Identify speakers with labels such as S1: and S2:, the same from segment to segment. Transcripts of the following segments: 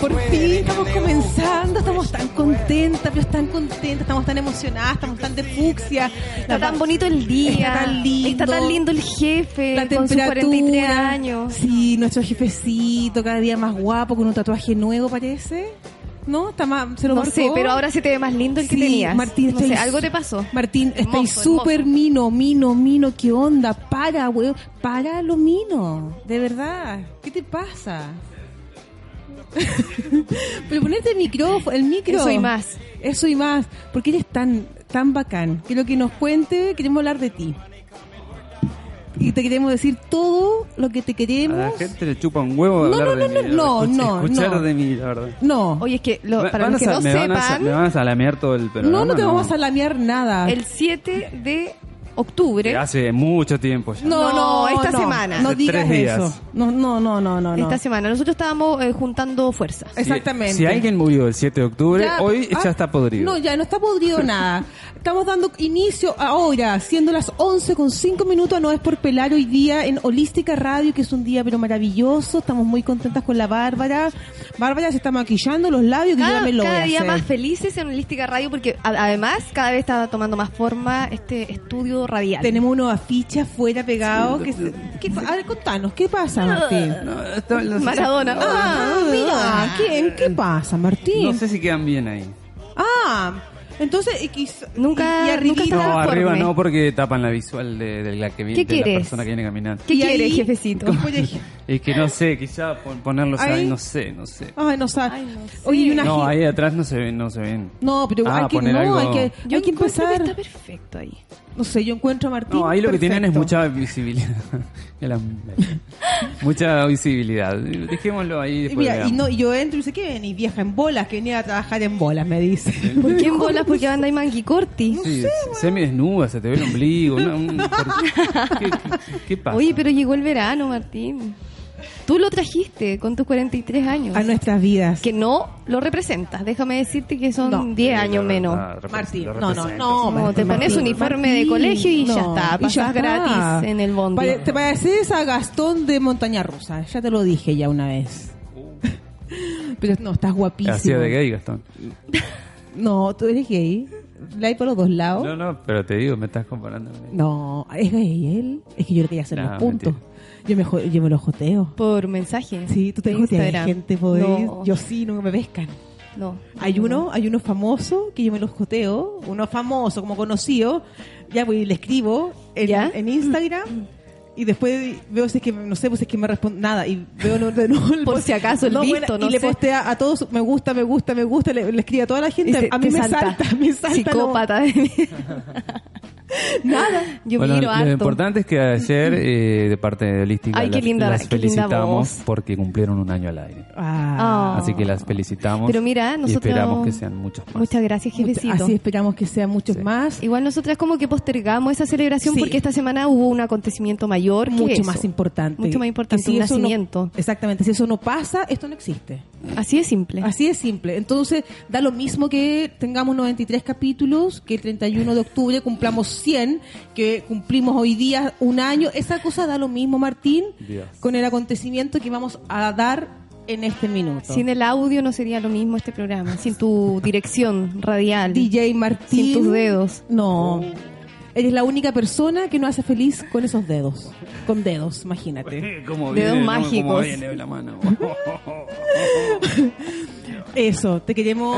S1: Por fin estamos comenzando, estamos tan contentas, pero tan contentas, estamos tan emocionadas, estamos tan de fucsia.
S2: Está tan bonito el día.
S1: Está tan lindo.
S2: Está tan lindo el jefe.
S1: La
S2: con sus
S1: temperatura.
S2: 43 años.
S1: Sí, nuestro jefecito cada día más guapo, con un tatuaje nuevo parece. ¿No? Está más, se lo
S2: No
S1: marcó.
S2: sé, pero ahora se te ve más lindo el que
S1: Sí,
S2: tenías.
S1: Martín,
S2: no sé,
S1: estáis-
S2: algo te pasó.
S1: Martín, estáis
S2: Hermoso,
S1: súper mino, mino, mino, ¿qué onda? Para, weón, para lo mino, de verdad, ¿qué te pasa? Pero ponete el micrófono, el micro.
S2: Eso y más.
S1: Eso y más, porque eres tan, tan bacán, que lo que nos cuente, queremos hablar de ti. Y te queremos decir todo lo que te
S3: A la
S1: queremos.
S3: gente le chupa un huevo
S1: No,
S3: hablar
S1: no,
S3: de
S1: no,
S3: mí,
S1: no, no,
S3: escuch-
S1: no,
S3: Escuchar
S1: no.
S3: de mí, la verdad.
S1: No,
S2: Oye, es que lo-
S3: Va-
S2: para
S3: van
S2: los que
S3: a sa-
S2: no
S3: me van a sa-
S2: sepan,
S3: me van a salamear todo el programa.
S1: no, no te vamos a lamear nada.
S2: el 7 de octubre.
S3: Que Hace mucho tiempo ya.
S1: No, no,
S2: No, esta
S1: no.
S2: semana.
S1: No
S3: Hace
S1: digas
S3: tres días.
S1: eso. No, no, no, no, no. no.
S2: Esta semana. Nosotros estábamos eh, juntando fuerzas.
S3: Si-
S1: Exactamente.
S3: Si, alguien murió el 7 de octubre,
S1: Ya,
S3: hoy
S1: ah,
S3: ya está podrido.
S1: No, ya no está podrido nada. Estamos dando inicio ahora, siendo las 11 con 5 minutos, no es por pelar hoy día en Holística Radio, que es un día pero maravilloso. Estamos muy contentas con la Bárbara. Bárbara se está maquillando los labios, que yo
S2: Cada,
S1: también lo
S2: Ah, cada
S1: voy a
S2: día
S1: hacer.
S2: más felices en Holística Radio porque a- además cada vez está tomando más forma este estudio radial.
S1: Tenemos unos afiches fuera pegados. que se- ¿qué pa- a ver, contanos, ¿qué pasa, Martín?
S3: No, esto- no sé-
S2: Maradona.
S1: Ah, mira, ¿qué, ¿qué pasa, Martín?
S3: no sé si quedan bien ahí.
S1: Ah, entonces, y quiz-
S2: Nunca-
S1: y, y
S2: nunca
S1: arribita-
S3: No,
S2: Transforme.
S3: arriba no, porque tapan la visual de, de la, que vi-
S2: ¿Qué
S3: de la
S2: quieres?
S3: persona que viene caminando.
S2: ¿Qué
S1: y
S2: quiere,
S1: ahí-
S2: jefecito?
S1: por ej-
S3: Es que no sé, quizá pon- ponerlos ahí,
S1: Ahí.
S3: no sé, no sé.
S1: Ay, no sabe.
S2: Ay, no sé.
S1: Oye, y una
S3: No,
S1: gi-
S3: ahí atrás no se ven, no se ven.
S1: No, pero
S3: Ah,
S1: hay que,
S3: poner
S1: no,
S3: algo-
S1: hay que,
S2: Yo
S1: hay que
S2: encuentro
S1: empezar.
S2: está perfecto ahí.
S1: No sé, yo encuentro a Martín.
S3: No, ahí lo que tienen es
S1: perfecto.
S3: mucha visibilidad. Que la- mucha visibilidad. Dejémoslo ahí
S1: Y
S3: después.
S1: mira, y,
S3: veamos.
S1: no, y yo entro y dice, ¿qué venís, vieja en bolas? Que venía a trabajar en bolas, me dice.
S2: ¿Por qué en bolas? Porque anda y manqui corti.
S3: Sí, semi desnuda, se te ve el ombligo. una- un- ¿Qué, qué, qué pasa?
S2: Oye, pero llegó el verano, Martín. Tú lo trajiste con tus 43 años.
S1: A nuestras vidas.
S2: Que no lo representas. Déjame decirte que son
S1: No.
S2: 10 años
S3: Lo-
S2: menos.
S3: ah, repre-
S1: Martín,
S3: lo
S1: no, no,
S3: representa.
S1: no.
S2: No,
S1: Martín,
S2: te pones
S1: Martín,
S2: uniforme de colegio y ya está,
S1: y ya
S2: pasás gratis en el bondi.
S1: Pare- te pareces a Gastón de Montaña Rusa. Ya te lo dije ya una vez. Pero no, estás guapísimo.
S3: Uh. Hacía de gay, Gastón.
S1: No, tú eres gay. La hay por los dos lados.
S3: No, no, pero te digo, me estás comparando. con él.
S1: No, es gay él. Es que yo le quería hacer
S3: No,
S1: los puntos.
S3: mentira.
S1: Yo me, jo- yo me lo joteo.
S2: Por mensaje.
S1: Sí, tú te
S2: de
S1: joteas
S2: Instagram.
S1: gente, podés.
S2: No,
S1: Yo sí, no me pescan.
S2: no.
S1: Hay uno, hay uno famoso que yo me los joteo, uno famoso como conocido, ya voy y le escribo en,
S2: ¿Ya?
S1: en Instagram y después veo si es que, no sé, pues si es que me responde nada y veo lo- de nuevo el
S2: Por
S1: post-
S2: si acaso, el visto, no
S1: Y le
S2: sé.
S1: postea a todos, me gusta, me gusta, me gusta, le, le escribe a toda la gente,
S2: Y se-
S1: a mí
S2: te
S1: me salta. me salta. lo-
S2: Psicópata de Nada. Yo
S3: Bueno,
S2: miro
S3: lo
S2: harto.
S3: importante es que ayer, eh, de parte de Holística,
S2: Ay, qué
S3: las,
S2: linda-
S3: las
S2: qué linda
S3: felicitamos
S2: voz.
S3: porque cumplieron un año al aire.
S1: Ah.
S2: Ah.
S3: Así que las felicitamos.
S2: Pero mira,
S3: Y
S2: nosotros...
S3: esperamos que sean muchos más.
S2: Muchas gracias, jefecito.
S1: Así esperamos que sean muchos
S3: Sí.
S1: más.
S2: Igual nosotras como que postergamos esa celebración
S1: Sí.
S2: porque esta semana hubo un acontecimiento mayor. que
S1: mucho
S2: eso.
S1: más importante.
S2: Mucho más importante,
S1: Que
S2: un
S1: eso no-
S2: nacimiento.
S1: exactamente, si eso no pasa, esto no existe.
S2: Así de simple.
S1: Así de simple. Entonces, da lo mismo que tengamos 93 capítulos, que el 31 de octubre cumplamos 100, que cumplimos hoy día un año. Esa cosa da lo mismo, Martín,
S3: Dios.
S1: con el acontecimiento que vamos a dar en este minuto.
S2: Sin el audio no sería lo mismo este programa. Sin tu dirección radial.
S1: DJ Martín.
S2: Sin tus dedos.
S1: No. Eres la única persona que no hace feliz con esos dedos. Con dedos, imagínate.
S3: Como
S2: Dedos
S3: viene, ¿no?
S2: mágicos.
S3: Como viene la mano.
S1: Eso, te queremos.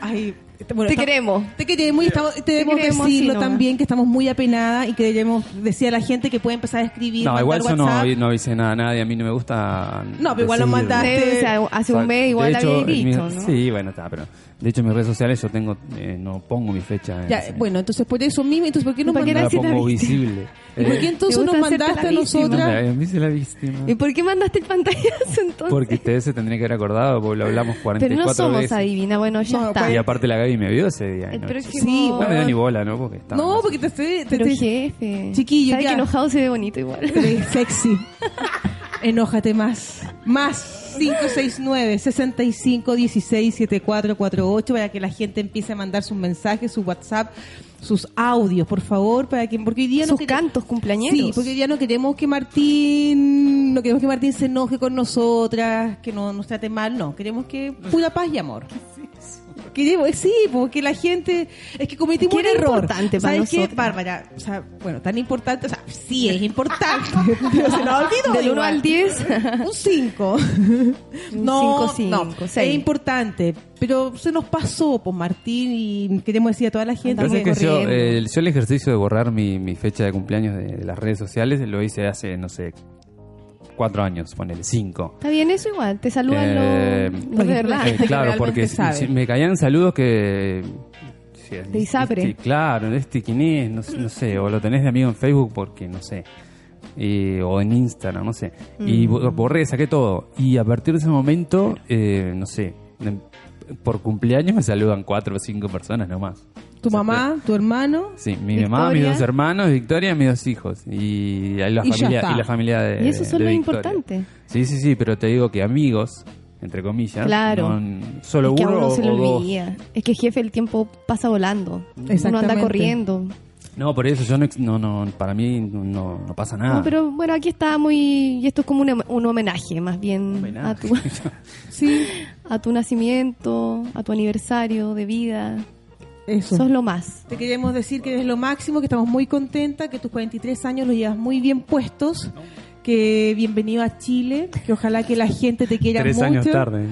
S1: Ay, Bueno,
S2: Te
S1: estamos-
S2: queremos.
S1: Te queremos y estamos- debemos
S2: queremos así
S1: decirlo
S2: nomás.
S1: también que estamos muy apenadas y que debemos decir a la gente que puede empezar a escribir.
S3: No,
S1: mandar
S3: igual yo no,
S1: WhatsApp.
S3: avi- no avisé nada a nadie, a mí no me gusta.
S1: No, pero igual lo
S3: decir-
S1: mandaste.
S2: Sí, o sea, hace un mes igual
S3: De
S2: la
S3: hecho,
S2: había
S3: en mi-
S2: dicho, ¿no?
S3: Sí, bueno, está, pero. De hecho, en mis redes sociales yo tengo, eh, no pongo mi fecha. en-
S1: Ya,
S3: en-
S1: bueno, entonces por eso mismo, entonces ¿por qué no
S2: ¿Para qué
S3: no la
S2: Gracias,
S3: pongo
S2: la viste.
S3: visible.
S1: ¿Y por qué
S3: Eh,
S1: entonces
S2: Te
S1: nos
S2: gusta hacerte
S1: mandaste a
S2: la víctima.
S3: no,
S1: nosotras?
S3: me- me hice la víctima.
S2: ¿Y por qué mandaste el pantallazo entonces?
S3: Porque ustedes se tendrían que haber acordado, porque lo hablamos 44
S2: Pero no somos Eh,
S3: veces.
S2: adivina, bueno, ya
S1: No,
S2: está.
S3: Y aparte la Gaby me vio ese día.
S2: El
S3: ¿no?
S2: próximo...
S1: Sí,
S3: No me dio ni bola, ¿no? Porque estaba.
S1: No, porque te te- te-
S2: Pero
S1: te-
S2: jefe.
S1: Chiquillo,
S2: Sabe
S1: ya.
S2: que enojado se ve bonito igual.
S1: Pero es sexy. Enójate más. Más 569-6516-7448 para que la gente empiece a mandar sus mensajes, sus WhatsApp, sus audios, por favor, para que porque hoy día no
S2: Sus
S1: quere-
S2: cantos cumpleañeros.
S1: Sí, porque hoy día no queremos que Martín, no queremos que Martín se enoje con nosotras, que no nos trate mal, no, queremos que pura paz y amor. Queremos, sí, porque la gente es que cometimos
S2: Que
S1: un
S2: era
S1: error.
S2: importante para
S1: ¿Sabes qué,
S2: nosotros.
S1: Bárbara? O sea, bueno, tan importante, o sea, sí es importante, pero se nos olvidó.
S2: Del 1
S1: igual.
S2: al 10.
S1: Un 5.
S2: Un
S1: No,
S2: cinco, cinco,
S1: no,
S2: seis.
S1: es importante, pero se nos pasó, pues Martín, y queremos decir a toda la gente
S3: Lo que pasa es que yo,
S2: corriendo.
S3: eh, yo el ejercicio de borrar mi, mi fecha de cumpleaños de, de las redes sociales lo hice hace, no sé, cuatro años, ponele, cinco.
S2: Está bien eso igual, te saludan
S3: Eh,
S2: los...
S1: porque-
S2: de verdad.
S3: Eh, claro,
S1: Generalmente
S3: porque
S1: sabe.
S3: si- si me caían saludos que... si-
S2: De Isapre.
S3: este, claro, este quién es, no, sé- no sé, o lo tenés de amigo en Facebook porque no sé. eh, o en Instagram, no sé. Y bo- borré, saqué todo. Y a partir de ese momento, eh, no sé, em- por cumpleaños me saludan cuatro o cinco personas nomás.
S2: eh,
S1: tu mamá, tu hermano,
S3: Sí, mi
S2: Victoria.
S3: mamá, mis dos hermanos, Victoria y mis dos hijos. Y, ahí la,
S1: Y ya
S3: familia,
S1: está.
S3: y la familia de.
S2: Y eso son
S3: de
S2: lo
S3: Victoria.
S2: importante.
S3: Sí, sí, sí, pero te digo que amigos, entre comillas.
S2: Claro.
S3: no- solo
S2: Es que a
S3: uno
S2: uno
S3: o,
S2: se lo
S3: o dos.
S2: olvida. Es que jefe, el tiempo pasa volando. Uno anda
S1: Exactamente.
S2: corriendo.
S3: No, por eso yo no. ex- no, no para mí no, no pasa nada.
S2: No, pero bueno, aquí está muy... Y esto es como un, un homenaje, más bien,
S3: Homenaje.
S2: a tu...
S1: sí,
S2: a tu nacimiento, a tu aniversario de vida.
S1: eso.
S2: Sos lo más.
S1: Te queremos decir que eres lo máximo, que estamos muy contentas, que tus 43 años los llevas muy bien puestos, que bienvenido a Chile, que ojalá que la gente te quiera
S3: Tres
S1: mucho.
S3: años tarde.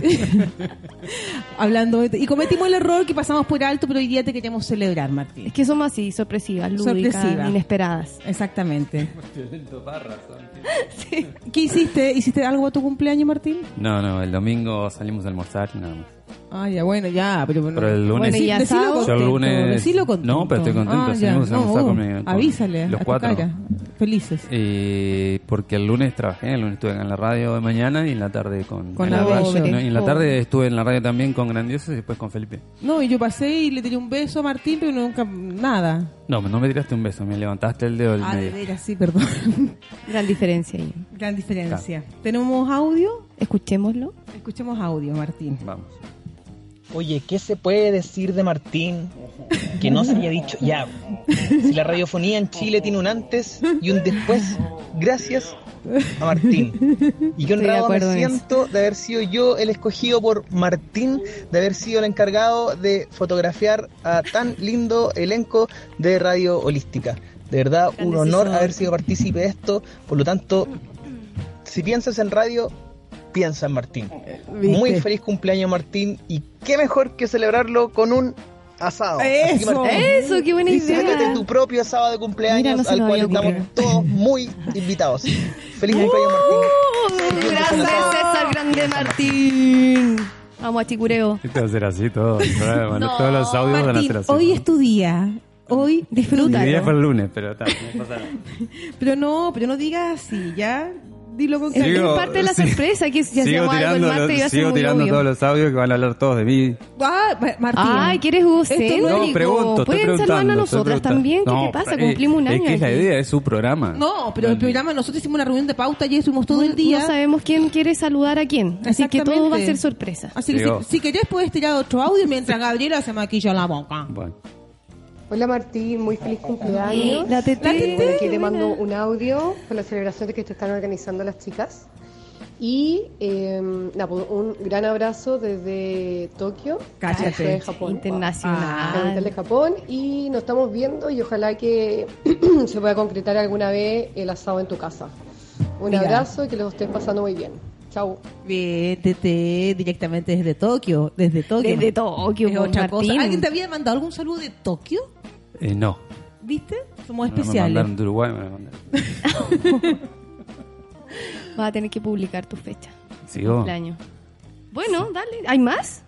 S3: ¿eh?
S1: Hablando de- y cometimos el error que pasamos por alto, pero hoy día te queremos celebrar, Martín.
S2: Es que somos así, sorpresivas, lúdicas,
S1: Sorpresiva.
S2: inesperadas.
S1: Exactamente. ¿Qué hiciste? ¿Hiciste algo a tu cumpleaños, Martín?
S3: No, no, el domingo salimos a almorzar y nada más.
S1: Ah, ya, bueno, ya, pero bueno.
S3: Pero el lunes-
S2: Bueno, ¿y asado?
S1: contento,
S3: Yo el lunes-
S1: decilo contento.
S3: No, pero estoy contento,
S1: Ah,
S3: sí,
S1: ya,
S3: vamos a
S1: no,
S3: almorzar con
S1: oh,
S3: mi- con
S1: avísale
S3: los
S1: a tu
S3: cuatro.
S1: cara. Felices.
S3: Eh, porque el lunes trabajé, el lunes estuve en la radio de mañana y en la tarde con...
S1: Con
S3: en la,
S1: Agosto.
S3: radio- no, y en la tarde estuve en la radio también con Grandiosos y después con Felipe.
S1: No, y yo pasé y le tiré un beso a Martín, pero nunca nada.
S3: No, no me tiraste un beso, me levantaste el dedo del
S1: Ah, de
S3: medio.
S1: veras, sí, perdón.
S2: Gran diferencia ahí.
S1: Gran diferencia. ¿Tenemos audio?
S2: Escuchémoslo.
S1: Escuchemos audio, Martín.
S3: Vamos.
S4: Oye, ¿qué se puede decir de Martín que no se haya dicho ya? Si la radiofonía en Chile tiene un antes y un después, gracias a Martín.
S2: Estoy
S4: Y qué
S2: de
S4: honrado me
S2: acuerdo en eso.
S4: siento de haber sido yo el escogido por Martín, de haber sido el encargado de fotografiar a tan lindo elenco de Radio Holística. De verdad,
S2: Gran
S4: un honor
S2: decisor.
S4: haber sido partícipe de esto. Por lo tanto, si piensas en radio, piensa en Martín.
S1: ¿Viste?
S4: Muy feliz cumpleaños, Martín. Y qué mejor que celebrarlo con un asado. Así que,
S1: Eso.
S4: Martín,
S2: Eso, qué buena idea.
S4: sácate tu propio asado de
S2: Mira,
S4: cumpleaños
S2: no se
S4: al
S2: nos
S4: cual
S2: había
S4: estamos
S2: ocurrido.
S4: todos muy invitados. Feliz cumpleaños, Martín.
S2: Uh, ¡Oh! Gracias, César Grande Martín. Vamos a Chicureo.
S3: Esto va a ser así todo. el programa,
S2: No,
S3: todos los audios van a
S1: Martín,
S3: ser así.
S1: hoy es tu día. Hoy
S3: Mi
S1: disfruta.
S3: día fue el lunes, pero está.
S1: Pero no, pero no digas así, ya. Dilo con
S2: Es
S1: calma.
S3: Sigo-
S2: parte de la
S3: sí.
S2: sorpresa que si
S3: sigo
S2: hacíamos algo el
S3: tirando,
S2: martes
S3: los-
S2: iba a ser
S3: sigo
S2: muy
S3: tirando
S2: obvio.
S3: todos los audios que van a hablar todos de mí.
S1: Ah, Ma- Martín.
S2: Ay, que eres egocéntrico.
S1: Esto
S3: No, pregunto, estoy
S2: Pueden
S3: preguntando.
S2: saludarnos a
S3: estoy
S2: nosotras
S3: preguntando.
S2: también. ¿Qué
S3: No,
S2: te pasa?
S3: pero, eh,
S2: Cumplimos un año.
S3: Es que es la
S2: aquí.
S3: idea, es su programa.
S1: No, pero el programa, nosotros hicimos una reunión de pauta ayer, estuvimos todo
S2: No-
S1: el día.
S2: No sabemos quién quiere saludar a quién. Así que todo va a
S1: Exactamente.
S2: ser sorpresa.
S1: Así que
S3: Llegó.
S1: si, si querés puedes tirar otro audio mientras Gabriela se maquilla la boca.
S3: Bueno.
S5: Hola Martín, muy feliz cumpleaños.
S2: La Tete.
S5: Bueno, aquí
S2: Buena.
S5: te mando un audio por la celebración de que te están organizando las chicas. Y eh, nada, pues, un gran abrazo desde Tokio,
S1: Cállate. Ah.
S5: Eso es Japón. Ah. La capital de
S2: Internacional.
S5: Japón. Y nos estamos viendo y ojalá que se pueda concretar alguna vez el asado en tu casa. Un
S1: Mira.
S5: abrazo y que lo estés pasando muy bien. Chau.
S1: Bien, Tete, directamente desde Tokio. Desde Tokio.
S2: Desde Tokio,
S1: Es
S2: pues,
S1: otra cosa.
S2: Martín.
S1: ¿Alguien te había mandado algún saludo de Tokio?
S3: Eh, no.
S1: ¿Viste? Somos
S3: No, me
S1: especiales.
S3: mandaron de Uruguay, me la mandaron.
S2: Vas a tener que publicar tu fecha.
S3: Sigo.
S2: Cumpleaños. Bueno, dale. ¿Hay más?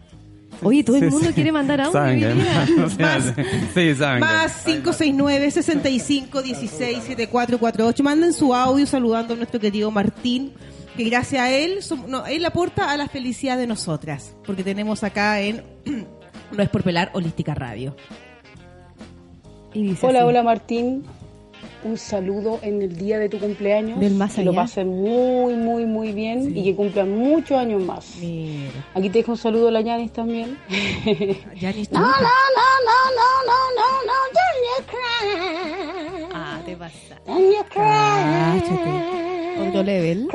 S2: Oye, todo el
S3: Sí,
S2: mundo
S3: sí.
S2: quiere mandar audio.
S3: Saben que
S2: hoy
S3: hay
S2: día.
S3: más. O sea,
S1: Más.
S3: Sí, saben. que-
S1: Más 569 65 16 7448. Manden su audio saludando a nuestro querido Martín, que gracias a él, som- no, él aporta a la felicidad de nosotras, porque tenemos acá en No es por pelar Holística Radio.
S2: Y dice
S6: Hola,
S2: así.
S6: hola Martín. Un saludo en el día de tu cumpleaños.
S2: Del más
S6: que lo
S2: allá.
S6: pases muy, muy, muy bien y que cumplan muchos años más.
S1: Mira,
S6: Aquí te dejo un saludo a la Yanis también.
S1: ya ni
S6: No, no, no,
S1: tú.
S6: no, no, no, no, no, don't you cry.
S2: Ah, te pasa.
S6: Don't you cry.
S1: Cáchate.
S2: Otro level.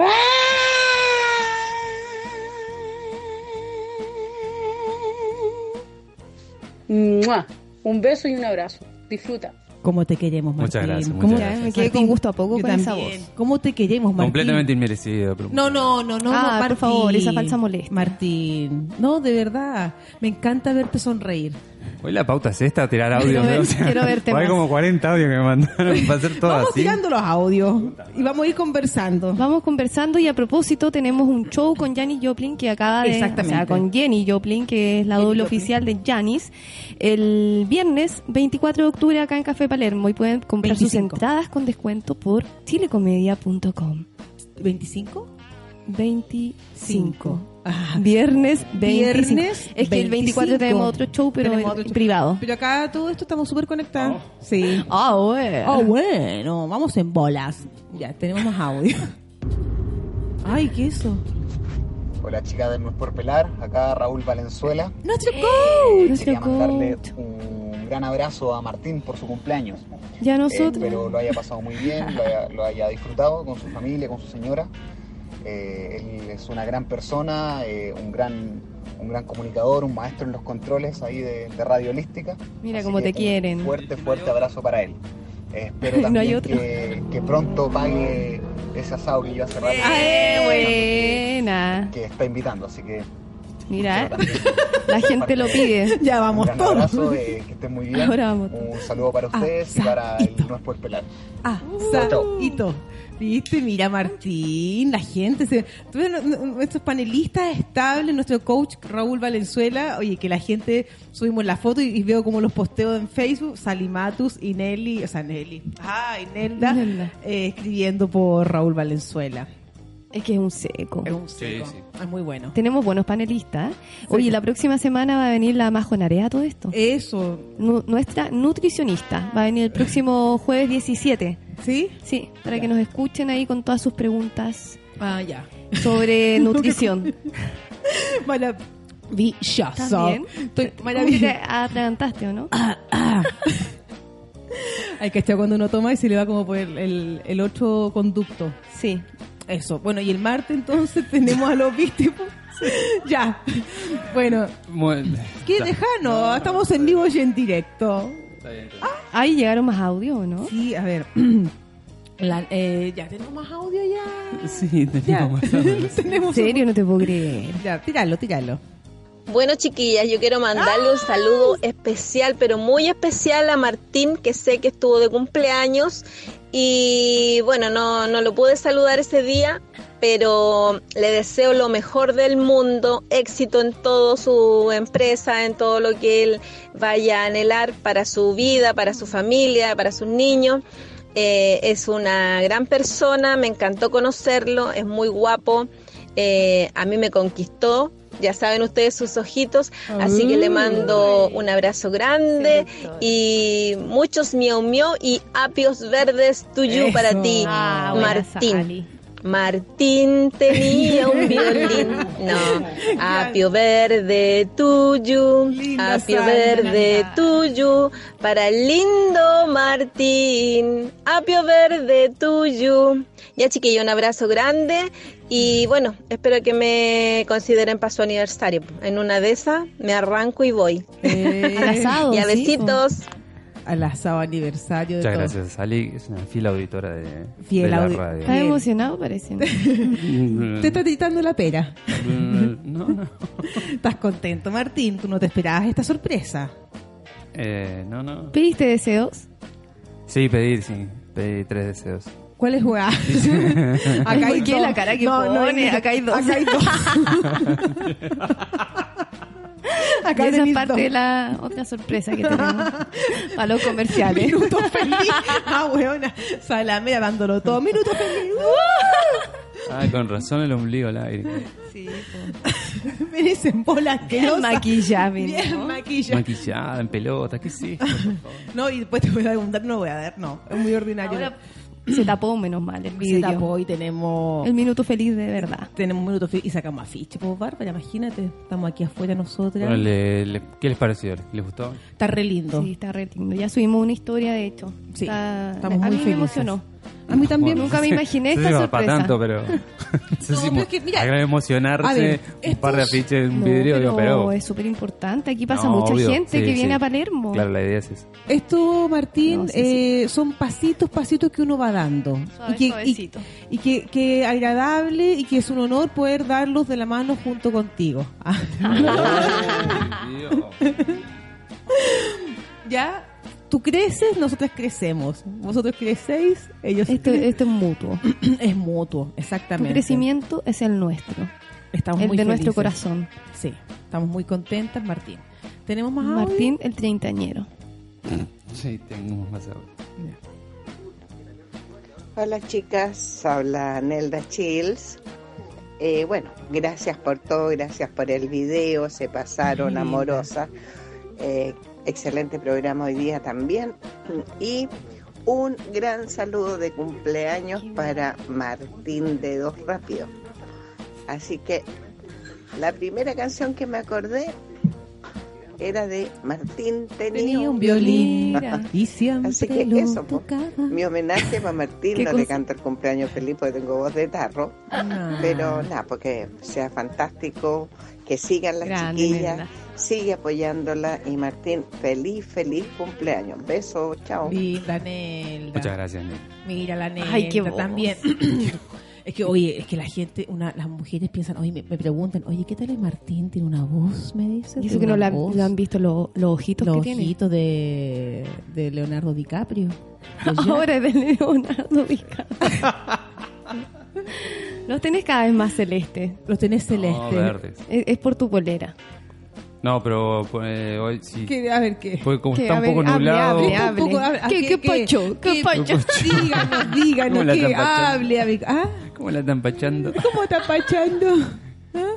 S6: Mua. Un beso y un abrazo. Disfruta.
S1: ¿Cómo te queremos, Martín?
S3: Muchas gracias,
S1: ¿Cómo-
S3: muchas
S2: Ya, me quedé con gusto a poco
S1: Yo
S2: con esa
S1: también.
S2: voz.
S1: ¿Cómo te queremos, Martín?
S3: Completamente inmerecido. pero-
S1: No, no, no, no,
S2: Ah,
S1: no,
S2: por
S1: Martín.
S2: favor, esa falsa molestia.
S1: Martín, no, de verdad, me encanta verte sonreír.
S3: Hoy la pauta es esta, tirar audio.
S2: Quiero ver-
S3: ¿no?
S2: quiero verte
S3: Hay
S2: más.
S3: como 40 audios que me mandaron para hacer todo
S1: Vamos
S3: así.
S1: tirando los audios y vamos a ir conversando.
S2: Vamos conversando y a propósito tenemos un show con Janis Joplin que acaba de...
S1: Exactamente.
S2: O sea, con Jenny Joplin, que es la
S1: Jenny
S2: doble
S1: Joplin.
S2: oficial de Janis, el viernes 24 de octubre acá en Café Palermo y pueden comprar sus
S1: 25.
S2: entradas con descuento por chilecomedia.com.
S1: 25?
S2: 25.
S1: Ah,
S2: Viernes 25.
S1: Viernes
S2: Es que el 24 tenemos
S1: 25.
S2: otro show, pero
S1: Tenemos
S2: en-
S1: otro show.
S2: privado.
S1: Pero acá todo esto estamos súper conectados. Sí.
S2: Ah, bueno.
S1: Oh, bueno, vamos en bolas. Ya, tenemos más audio. Ay, ¿qué eso?
S7: Hola chicas de No es por pelar, acá Raúl Valenzuela.
S1: ¡Nuestro coach!
S2: Nuestro
S7: Quería mandarle
S2: coach.
S7: un gran abrazo a Martín por su cumpleaños.
S2: Ya
S7: Espero
S2: nosotros.
S7: lo haya pasado muy bien, lo haya, lo haya disfrutado con su familia, con su señora. Eh, él es una gran persona, eh, un, gran, un gran comunicador, un maestro en los controles ahí de, de Radio Holística.
S2: Mira
S7: Así
S2: cómo
S7: que
S2: te
S7: un
S2: quieren.
S7: Fuerte, fuerte abrazo para él. Eh, Espero
S2: No
S7: también
S2: hay otro.
S7: que, que pronto pague ese asado que yo hace rato
S2: Ay, Ah, eh, buena.
S7: que está invitando, así que
S2: Mira, la gente lo pide.
S1: Ya vamos
S7: Un gran
S1: todos.
S7: abrazo, eh, que estén muy bien.
S2: Ahora vamos.
S7: Un saludo para ustedes y para el No es por pelar.
S1: Ah, Saito. Viste, mira Martín, la gente, se, tú ves, n- n- nuestros panelistas estables, nuestro coach Raúl Valenzuela, oye, que la gente, subimos la foto y, y veo como los posteo en Facebook, Salimatus y Nelly, o sea, Nelly, ah, y Nelda,
S2: Nelda.
S1: eh, escribiendo por Raúl Valenzuela.
S2: Es que es un seco.
S1: Es un
S3: Sí,
S1: seco.
S3: sí.
S1: es muy bueno.
S2: Tenemos buenos panelistas. Oye, la próxima semana va a venir la Majo Narea, todo esto.
S1: Eso,
S2: Nu- nuestra nutricionista va a venir el próximo jueves 17.
S1: ¿sí?
S2: Sí, para que nos escuchen ahí con todas sus preguntas
S1: Ah, ya.
S2: sobre nutrición. ¿Estás
S1: Maravilloso.
S2: bien?
S1: Estoy
S2: ¿Cómo que te
S1: maravilloso.
S2: atragantaste o no?
S1: Hay que estar cuando uno toma y se le va como por el- el, el otro conducto.
S2: Sí.
S1: Eso. Bueno, y el martes entonces tenemos a los víctimas. ya. Bueno,
S3: Bueno,
S1: ¿qué dejano? Estamos en vivo y en directo.
S2: Ahí llegaron más audio, ¿o ¿no?
S1: Sí, a ver. La- eh, ya tenemos más audio ya.
S3: Sí,
S1: Ya.
S3: tenemos más audios.
S2: ¿En
S1: tenemos
S2: serio? No te puedo creer.
S1: Ya, tíralo, tíralo.
S8: Bueno, chiquillas, yo quiero mandarle un saludo especial, pero muy especial a Martín, que sé que estuvo de cumpleaños. Y bueno, no, no lo pude saludar ese día, pero le deseo lo mejor del mundo, éxito en toda su empresa, en todo lo que él vaya a anhelar para su vida, para su familia, para sus niños. Eh, es una gran persona, me encantó conocerlo, es muy guapo, eh, a mí me conquistó, ya saben ustedes sus ojitos, así que le mando un abrazo grande y muchos miau miau y apios verdes tuyo para
S1: Eso.
S8: ti,
S2: Ah, buena esa, Ali.
S8: Martín. Martín tenía un violín, no, apio verde tuyo,
S1: Linda
S8: apio
S1: Sandra.
S8: verde tuyo, para el lindo Martín, apio verde tuyo. Ya chiquillo, un abrazo grande y bueno, espero que me consideren para su aniversario. En una de esas me arranco y voy.
S2: Al asado,
S8: Y a
S2: sí, po.
S8: besitos.
S1: al asado aniversario de
S3: Muchas
S1: todo.
S3: gracias, Sally. Es una fiel auditora de,
S1: Fiel
S3: de la
S1: audi-
S3: radio.
S2: Está emocionado, parece.
S3: Mm,
S1: Te está tiritando la pera.
S3: mm, no, no.
S1: Estás contento, Martín. Tú no te esperabas esta sorpresa.
S3: Eh, no, no.
S2: ¿Pediste deseos?
S3: Sí, pedir, sí. Pedí tres deseos.
S1: ¿Cuál es weá? Acá hay
S2: ¿Por qué
S1: dos.
S2: la cara que pone? Acá hay dos.
S1: Acá hay dos. Acá
S2: Y esa es
S1: tenéis
S2: parte
S1: dos.
S2: de la otra sorpresa que tenemos para los comerciales.
S1: Minuto feliz. Ah, weona. Salamera dándolo todo. Minuto feliz.
S3: Ah, con razón el ombligo al aire.
S1: Venís en bola que
S2: Maquillada, mi
S1: Bien
S2: amor.
S1: maquilla.
S3: Maquillada, en pelota, ¿qué sí?
S1: No, y después te voy a preguntar, no voy a dar, no. Es muy ordinario.
S2: Ahora se tapó menos mal el
S1: se
S2: video.
S1: tapó y tenemos.
S2: El minuto feliz de verdad.
S1: Tenemos un minuto feliz y sacamos afiche, pues Bárbara, imagínate, estamos aquí afuera nosotras.
S3: Bueno, le- le- ¿Qué les pareció? ¿Les les gustó?
S1: Está re lindo.
S2: Sí, está re lindo. Ya subimos una historia, de hecho.
S1: Sí,
S2: Está-
S1: estamos
S2: a mí
S1: muy
S2: me
S1: felices.
S2: emocionó.
S1: A mí también.
S3: Bueno,
S2: Nunca me
S3: no sé-
S2: imaginé
S3: no sé
S2: esta
S3: si va
S2: sorpresa.
S3: para tanto, pero...
S1: No, pero es que, mira,
S3: Acá emocionarse,
S1: a ver,
S3: un par de
S1: estos-
S3: afiches, un
S2: No,
S3: vidrio, digo, pero...
S1: eh,
S2: es súper importante. Aquí pasa
S3: No,
S2: mucha
S3: obvio,
S2: gente
S3: sí,
S2: que
S3: sí.
S2: viene a Palermo.
S3: Claro, la idea es esa.
S1: Esto, Martín,
S2: No, sí,
S1: eh, son pasitos, pasitos que uno va dando.
S2: Suave,
S1: y que, y-
S2: suavecito.
S1: Y, que, que agradable y que es un honor poder darlos de la mano junto contigo. Ah, ya, tú creces, nosotras crecemos. Vosotros crecéis, ellos
S2: Esto,
S1: crecen.
S2: esto es mutuo.
S1: es mutuo,
S2: Tu
S1: exactamente.
S2: crecimiento es el nuestro,
S1: Estamos
S2: el
S1: muy
S2: de nuestro
S1: felices.
S2: corazón.
S1: Sí, estamos muy contentas, Martín. ¿Tenemos más audio?
S2: Martín, el treintañero.
S3: Sí, tengo más ahora.
S9: Hola chicas, habla Nelda Chills. Eh, bueno, gracias por todo, gracias por el video, se pasaron
S1: Linda.
S9: amorosas. Eh, excelente programa hoy día también. Y un gran saludo de cumpleaños para Martín de Dos Rápido. Así que la primera canción que me acordé era de Martín
S1: Tenía
S9: Tenía
S1: un violín
S9: Ajá.
S1: y siempre
S9: Así que
S1: lo
S9: eso, po.
S1: tocaba.
S9: Mi homenaje para
S1: ¿Qué
S9: Martín, no
S1: cosa?
S9: le canto el cumpleaños feliz porque tengo voz de tarro,
S1: Ah.
S9: pero nada, porque sea fantástico, que sigan las
S2: Grande,
S9: chiquillas,
S2: Nelda.
S9: sigue apoyándola y Martín, feliz, feliz cumpleaños. Besos, chao.
S1: Linda Nelda.
S3: Muchas gracias, Nick.
S1: Mira la neta
S2: Ay, qué voz.
S1: también. es que, oye, es que la gente, una, las mujeres piensan, oye, me, me preguntan, oye, ¿qué tal es Martín? ¿Tiene una voz? Me dicen.
S2: Y eso
S1: ¿Tiene
S2: que no
S1: una
S2: la, han-
S1: voz?
S2: lo han visto lo- los ojitos
S1: Los
S2: que
S1: ojitos de, de Leonardo DiCaprio. De Jack.
S2: tiene. Ahora es de Leonardo DiCaprio. los tenés cada vez más celeste.
S1: Los tenés
S3: No,
S1: celeste.
S3: verdes.
S2: Es, es por tu polera.
S3: No, pero eh, hoy sí.
S1: Que- a ver qué.
S3: Porque como
S2: Que,
S3: está
S2: a
S3: un
S2: ver,
S3: poco
S2: hable,
S3: nublado...
S2: hable,
S1: Un poco, Ah,
S2: hable.
S1: a- a-
S2: ¿Qué- qué pocho? ¿Qué pocho?
S1: Díganos, díganos,
S3: ¿Cómo la
S1: que
S3: están pachando?
S1: hable, amigo. ¿Ah?
S3: ¿Cómo la están pachando?
S1: ¿Cómo está pachando?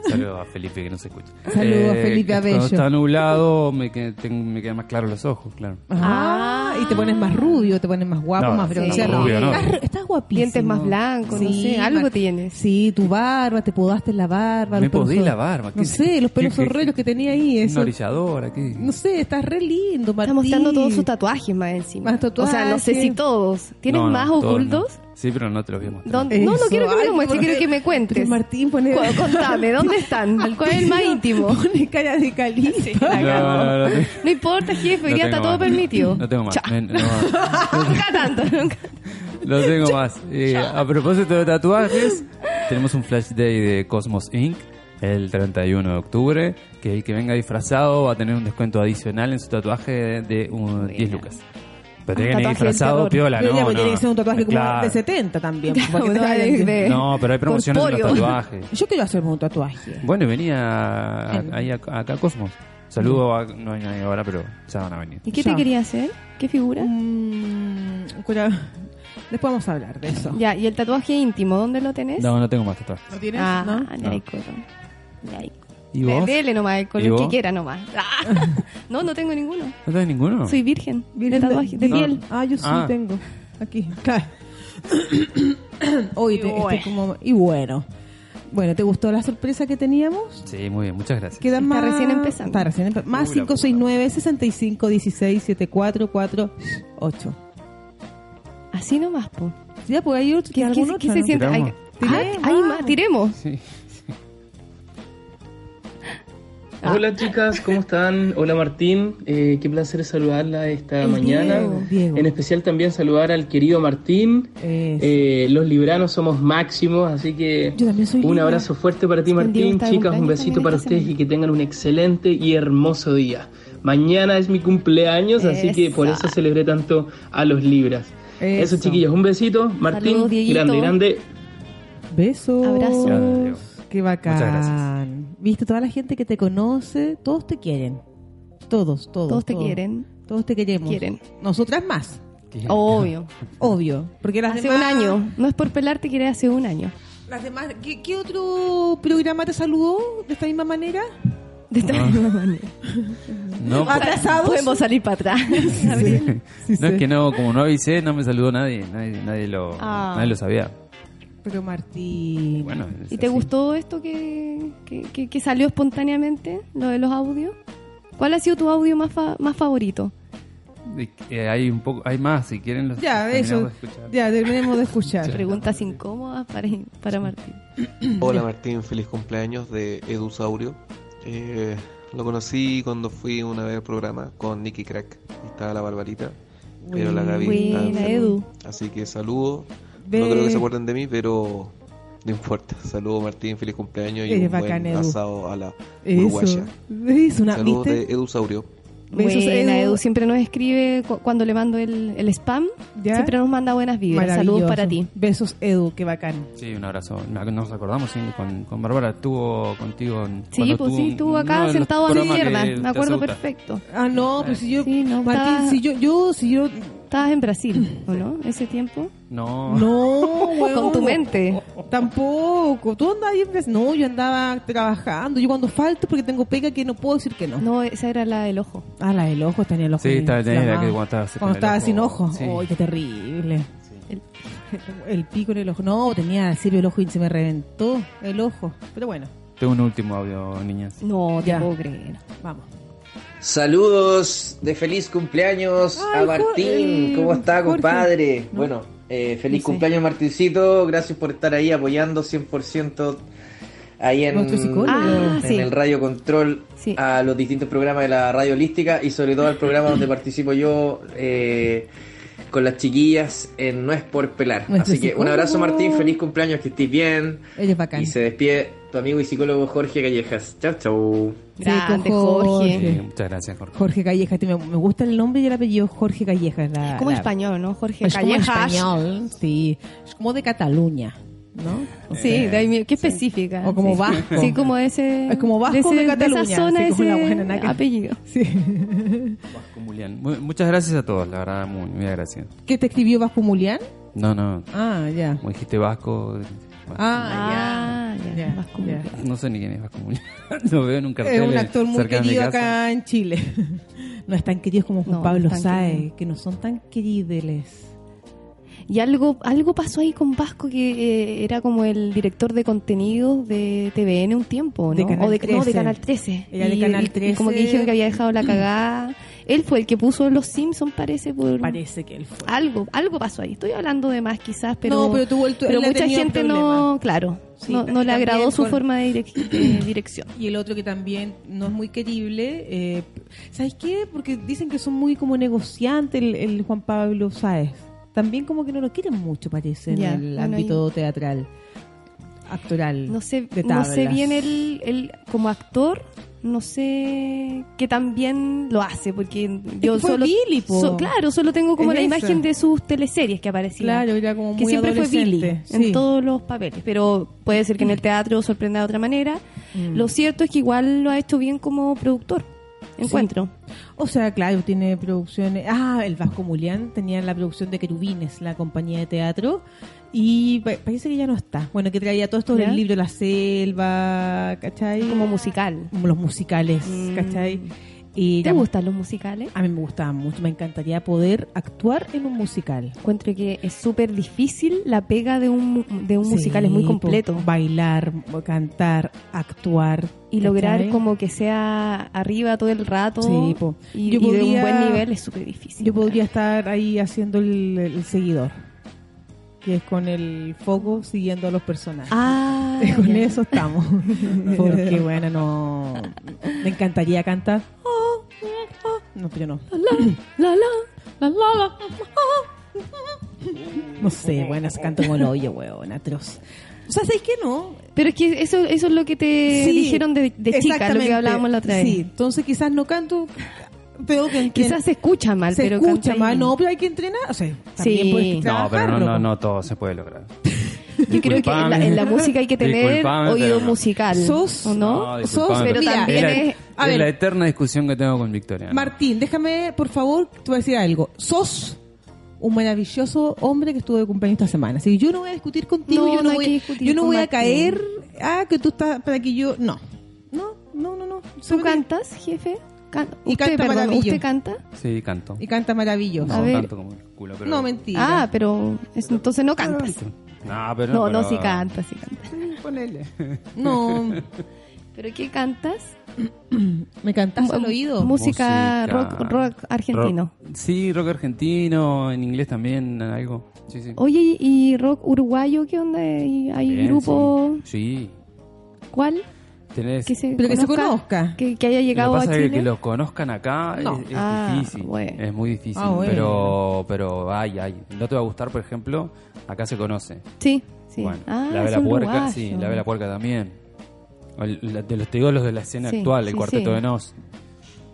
S3: Saludos a Felipe que no se escucha. Eh,
S1: Saludos a Felipe Abello.
S3: Cuando está nublado me, qued- tengo- me quedan más claros los ojos, claro.
S1: Ah, y te pones más rubio, te pones más guapo,
S3: No,
S1: más
S3: sí,
S1: bronceado.
S3: no, rubio no.
S1: Estás, re- estás guapísimo.
S2: Dientes más blancos, no sé, algo
S1: Mar-
S2: tienes.
S1: Sí, tu barba, te podaste la barba.
S3: Me
S1: los pelos
S3: podí
S1: sor-
S3: la barba,
S1: No
S3: ¿qué-
S1: sé, los pelos
S3: qué- qué-
S1: zorreros que tenía ahí.
S3: Una
S1: Eso.
S3: orilladora, ¿qué?
S1: No sé, estás re lindo,
S2: Está
S1: Martín.
S2: mostrando todos sus tatuajes más encima.
S1: Más tatuajes.
S2: O sea, no sé si todos. ¿Tienes
S3: No, no,
S2: más
S3: todos no.
S2: ocultos?
S3: Sí, pero no te los voy a mostrar.
S2: ¿Dónde- No, no
S1: Eso,
S2: quiero que me
S1: ay,
S2: lo muestres,
S1: pone-
S2: quiero que me
S1: Pero
S2: cuentes.
S1: Martín pone...
S2: Cu- Contame, ¿dónde están? ¿Cuál es el más íntimo?
S1: Pone cara de califa.
S2: la
S3: No,
S2: cagó.
S3: no, no, no.
S2: No importa, jefe, hoy
S3: No
S2: día
S3: tengo
S2: está todo
S3: más.
S2: permitido.
S3: No tengo más.
S2: Chao.
S3: Ven, no,
S2: nunca tanto, nunca.
S3: no tengo más. Eh, a propósito de tatuajes, tenemos un flash day de Cosmos Inc. el 31 de octubre. Que el que venga disfrazado va a tener un descuento adicional en su tatuaje de, de un- 10 lucas. Pero tiene que venir
S2: tatuaje del
S3: disfrazado,
S2: terror.
S3: piola,
S1: Pero
S3: ¿no?
S1: ya, pues,
S3: no.
S1: tiene que ser un tatuaje como
S3: Claro.
S1: de 70 también. porque
S2: Bueno,
S1: te vaya-
S2: de- de-
S3: No, pero hay promociones en los
S2: corpóreo.
S3: tatuajes.
S1: Yo quiero hacerme un tatuaje.
S3: Bueno, y venía ahí a- acá a Cosmos. Saludo a. No hay nadie ahora, pero ya van a venir.
S2: ¿Y qué
S1: Chao.
S2: te quería hacer? ¿Qué figura?
S1: Mm, cura- Después vamos a hablar de eso.
S2: Ya, ¿y el tatuaje íntimo dónde lo tenés?
S3: No, no tengo más tatuajes.
S1: ¿No tienes?
S2: Ah,
S1: ¿No?
S2: ya hay
S3: No.
S2: color. Ya hay-
S3: ¿Y vos?
S2: Dele nomás, el
S3: ¿Y
S2: color que
S3: vos?
S2: quiera nomás. Ah, no, no tengo ninguno.
S3: ¿No tenés ninguno?
S2: Soy virgen,
S1: Virgen
S2: de tatuaje, de
S3: No.
S2: piel.
S1: Ah, yo sí
S3: Ah.
S1: tengo. Aquí. Claro. Hoy te-
S2: Y
S1: este
S2: bueno.
S1: como- y bueno. Bueno, ¿te gustó la sorpresa que teníamos?
S3: Sí, muy bien, muchas gracias.
S1: Quedan
S2: Está
S1: más.
S2: recién empezando.
S1: Está recién empe- Más
S3: Uy, la puta.
S1: 569 65 16 744
S2: Así nomás, po.
S1: Ya, pues hay otro.
S2: ¿Qué,
S1: algún
S2: qué- qué
S1: otro,
S2: se
S1: ¿no?
S2: siente? Ay, ah,
S3: Tiramos.
S1: Tiremos.
S2: hay más, tiremos.
S3: Sí.
S10: Ah. Hola chicas, ¿cómo están? Hola Martín, eh, qué placer saludarla esta mañana.
S1: Diego, Diego.
S10: En especial también saludar al querido Martín. Eh, los libranos somos máximos, así que
S1: Yo también soy
S10: un
S1: libra.
S10: abrazo fuerte para ti
S1: Es que el Diego
S10: Martín.
S1: está de
S10: Chicas, un
S1: cumpleaños
S10: besito
S1: también
S10: para
S1: esta
S10: ustedes y que tengan un excelente y hermoso día. Mañana es mi cumpleaños, así que por eso celebré tanto a los libras. Eso,
S1: Eso.
S10: chiquillos, un besito. Martín,
S1: Saludos, Dieguito.
S10: grande, grande.
S1: Besos.
S10: Abrazos. Gracias, Diego.
S1: Qué bacán.
S10: Muchas
S1: Viste, toda la gente que te conoce, todos te quieren. Todos, todos.
S2: Todos te quieren.
S1: Oh, Todos te queremos.
S2: Quieren.
S1: Nosotras más.
S2: Obvio.
S1: Obvio. Porque las
S2: hace
S1: demás-
S2: un año. No es por pelarte, que era hace un año.
S1: Las demás, ¿qué, qué otro programa te saludó de esta misma manera?
S2: De esta
S3: Ah.
S2: misma manera.
S3: No, pues.
S1: ¿Atrasados?
S2: Podemos salir para atrás.
S3: no es que no, como no avisé, no me saludó nadie. Nadie, nadie lo,
S2: Ah.
S3: nadie lo sabía.
S1: Pero Martín.
S3: Bueno,
S2: ¿Y te gustó esto que, que, que- que salió espontáneamente, lo de los audios? ¿Cuál ha sido tu audio más, fa- más favorito?
S3: Y que hay un poco, hay más si quieren los
S2: Ya,
S3: terminamos
S2: eso.
S3: de escuchar.
S1: Ya, terminemos de escuchar.
S2: Preguntas incómodas para, para Martín.
S11: Hola Martín, feliz cumpleaños de Edusaurio. Eh, lo conocí cuando fui una vez al programa con Nicky Crack. y Estaba la Barbarita, pero la Gaby.
S2: Buena,
S11: estaba enferma.
S2: Edu.
S11: Así que saludo.
S1: Ve.
S11: No creo que se acuerden de mí, pero no importa. Saludo Martín, feliz cumpleaños y
S1: Eres
S11: un
S1: bacán,
S11: buen
S1: Edu.
S11: asado a la
S1: Eso.
S11: uruguaya.
S1: Es una,
S11: Saludos
S1: ¿viste?
S11: de Edusaurio.
S1: Besos,
S2: Buena,
S1: Edu.
S2: Edu. Siempre nos escribe cu- cuando le mando el, el spam.
S1: ¿Ya?
S2: Siempre nos manda buenas vibras.
S1: Maravilloso.
S2: Saludos para ti.
S1: Besos, Edu, qué bacán.
S3: Sí, un abrazo. Me- Nos acordamos sí, con, con Bárbara, estuvo contigo. en-
S2: Sí,
S3: cuando
S2: pues
S3: estuvo
S2: sí,
S3: un-
S2: estuvo
S3: uno
S2: acá
S3: de los
S2: sentado a mi
S3: programas que
S2: izquierda.
S3: te
S2: Me acuerdo
S3: hace gustar.
S2: perfecto.
S1: Ah, no, pero si yo.
S2: no,
S1: Martín,
S2: estaba-
S1: si yo, yo, si yo.
S2: Estabas en Brasil, ¿o no? Ese tiempo.
S3: No.
S1: No, huevón.
S2: Con tu mente.
S1: Tampoco. ¿Tú andabas ahí en Brasil? No, yo andaba trabajando. Yo cuando falto porque tengo pega que no puedo decir que no.
S2: No, esa era la del ojo.
S1: Ah, la del ojo, tenía el ojo.
S3: Sí, estaba- tenía la que
S1: inflamado.
S3: cuando estaba sin
S1: Cuando
S3: el
S1: estaba
S3: ojo.
S1: sin ojo. Ay,
S3: Sí.
S1: qué terrible.
S2: El,
S1: el pico en el ojo. No, tenía sirve el ojo y se me reventó el ojo. Pero bueno.
S3: Tengo un último audio, niñas.
S2: No,
S1: ya.
S2: puedo creer.
S1: Vamos.
S12: Saludos de feliz cumpleaños
S1: Ay,
S12: a Martín.
S1: Jorge,
S12: ¿Cómo está,
S1: Jorge.
S12: compadre?
S1: No.
S12: Bueno, eh, feliz
S1: No sé.
S12: cumpleaños, Martincito. Gracias por estar ahí apoyando 100% ahí en,
S1: Nuestro psicólogo. Ah,
S12: en
S1: sí.
S12: el Radio Control a los distintos programas de la Radio Holística y sobre todo al programa donde participo yo. eh, con las chiquillas en No es por pelar.
S1: Nuestro
S12: Así que un
S1: psicólogo.
S12: abrazo Martín, feliz cumpleaños, que estés bien.
S1: Eres bacán.
S12: Y se despide tu amigo y psicólogo Jorge Callejas. Chao, chao.
S1: Grande, Jorge.
S3: Sí, muchas gracias, Jorge.
S1: Jorge Calleja, este me, me gusta el nombre y el apellido Jorge Calleja. la-
S2: Es como
S1: la-
S2: español, ¿no? Jorge
S1: Es como
S2: Callejas.
S1: español, sí. Es como de Cataluña, ¿no? Eh,
S2: Sí, de ahí mi- qué específica.
S1: O como
S2: sí.
S1: vasco.
S2: Sí, como de ese.
S1: Es como vasco de Cataluña,
S2: esa zona,
S1: sí, como la buena
S2: ese
S1: naca.
S2: apellido.
S3: Vasco Mulián. Mu- Muchas gracias a todos, la verdad, muy, muy gracias.
S1: ¿Qué te escribió Vasco Mulián?
S3: No, no,
S1: Ah, ya.
S3: como dijiste Vasco, bueno,
S1: Ah, ya. ya, ya.
S3: no sé ni quién es Vasco Mulián. Lo veo en un cartel
S1: Es un actor muy
S3: cerca de mi
S1: querido
S3: casa.
S1: acá en Chile. No es tan querido como Juan
S2: No,
S1: Pablo
S2: tan
S1: Sae,
S2: querido.
S1: que no son tan queridos.
S2: Y algo, algo pasó ahí con Vasco que eh, era como el director de contenidos de TVN un tiempo, ¿no?
S1: De Canal
S2: o de, no,
S1: 13.
S2: de Canal 13.
S1: Era de
S2: Y-
S1: Canal
S2: y- y
S1: 13.
S2: como que dijeron que había dejado la cagada. Él fue el que puso los Simpsons, parece. Por...
S1: Parece que él fue.
S2: Algo, algo pasó ahí. Estoy hablando de más quizás, pero,
S1: No, pero tuvo el-
S2: pero
S1: él ha
S2: mucha
S1: tenido
S2: gente no,
S1: problemas.
S2: claro,
S1: Sí,
S2: no, no le
S1: también
S2: agradó su
S1: con-
S2: forma de, direc- de dirección.
S1: Y el otro que también no es muy querible, eh, ¿sabes qué? Porque dicen que son muy como negociante el, el Juan Pablo Saez. También como que no lo quieren mucho, parece,
S2: Ya,
S1: en el
S2: bueno,
S1: ámbito teatral, actoral.
S2: No sé,
S1: de
S2: no sé
S1: tablas.
S2: bien él, él como actor, no sé que también lo hace, porque yo
S1: que fue
S2: solo.
S1: Billy, po.
S2: claro, solo tengo como
S1: Es
S2: la
S1: esa.
S2: imagen de sus teleseries que aparecían.
S1: Claro, era como
S2: que
S1: muy
S2: siempre fue Billy
S1: adolescente, sí.
S2: en todos los papeles, pero puede ser que en el teatro sorprenda de otra manera.
S1: Mm.
S2: Lo cierto es que igual lo ha hecho bien como productor. Encuentro.
S1: O sea, claro, tiene producciones. Ah, el Vasco Mulián tenía la producción de Querubines, la compañía de teatro. Y pa- parece que ya no está. Bueno, que traía todo esto
S2: ¿Ya?
S1: del libro La Selva, ¿cachai?
S2: Como musical.
S1: Los musicales,
S2: Mm.
S1: ¿cachai? Y
S2: ¿Te
S1: la-
S2: gustan los musicales?
S1: A mí me gustaban mucho. Me encantaría poder actuar en un musical.
S2: Encuentro que es súper difícil la pega de un, mu- de un
S1: Sí,
S2: musical, es muy
S1: po,
S2: completo.
S1: Bailar, cantar, actuar.
S2: y lograr
S1: ¿cachai?
S2: como que sea arriba todo el rato
S1: Sí, po.
S2: y, y de
S1: Yo
S2: un
S1: podría-
S2: buen nivel es súper difícil.
S1: Yo podría estar ahí haciendo el, el seguidor. que es con el foco siguiendo a los personajes.
S10: Ah,
S1: con
S10: ya.
S1: eso estamos. Porque bueno, no me encantaría cantar. No, pero yo no.
S2: La, la, la, la, la.
S1: No sé, bueno, se canta como el hoyo, weón, atroz.
S10: O sea, ¿sabes qué no?
S2: Pero es que eso, eso es lo que te
S10: Sí,
S2: dijeron de, de chica, lo
S10: exactamente.
S2: que hablábamos la otra vez.
S10: Sí, entonces quizás no canto. Pero que,
S2: Quizás se escucha mal,
S10: se
S2: pero
S10: escucha
S2: canta
S10: mal,
S2: bien.
S10: no, pero hay que entrenar. O sea, también
S2: Sí.
S10: puedes
S3: No, pero no,
S10: trabajarlo,
S3: no, no, todo se puede lograr.
S2: Yo creo que en la, en la música hay que tener
S3: Disculpame,
S2: oído
S3: pero no.
S2: musical.
S10: Sos-
S2: ¿o no?
S3: disculpame.
S2: pero
S3: Es la-
S2: también
S3: es,
S2: es...
S3: la,
S10: a ver.
S3: eterna discusión que tengo con Victoria.
S10: Martín, déjame, por favor, te voy a decir algo. Sos un maravilloso hombre que estuvo de cumpleaños esta semana. Así que yo no voy a discutir contigo,
S2: No, no
S10: yo no,
S2: hay que
S10: voy,
S2: discutir
S10: yo no
S2: con
S10: voy a
S2: Martín.
S10: caer a que tú estás para que yo. No. No, no, no. no. ¿Tú
S2: cantas, jefe? Can-
S10: y
S2: usted,
S10: canta
S2: perdón,
S10: maravilloso.
S2: ¿usted canta?
S3: Sí, canto.
S10: Y canta maravilloso.
S3: No, canto como el culo, pero...
S10: No, mentira.
S2: Ah, pero es- entonces no cantas.
S3: No, pero...
S2: No, no,
S3: pero-
S2: sí canta, sí canta.
S10: Ponele. No.
S2: ¿Pero qué cantas?
S10: ¿Me cantas al oído?
S2: Música, rock, rock argentino.
S3: Oh, Ah, Rock- sí, rock argentino, en inglés también, algo. Sí, sí.
S2: Oye, ¿y rock uruguayo qué onda? ¿Y ¿Hay
S3: Bien,
S2: grupo
S3: Sí,
S2: cuál?
S3: sí. tenés...
S2: Que se
S10: Pero que se
S2: conozca. Que, que haya llegado
S3: lo
S2: a
S3: que pasa es
S2: Chile.
S3: que, que los conozcan acá
S2: No.
S3: es, es
S2: Ah,
S3: difícil. Es muy difícil.
S2: Ah, bueno.
S3: Pero, pero ay, ay. No te va a gustar, por ejemplo, acá se conoce.
S2: Sí, sí.
S3: Bueno,
S2: Ah,
S3: la vela
S2: son
S3: puerca,
S2: uruguayos.
S3: sí, la vela puerca también. O el- la- de los te digo los de la escena
S2: Sí,
S3: actual, el
S2: sí,
S3: cuarteto
S2: sí.
S3: de Nos,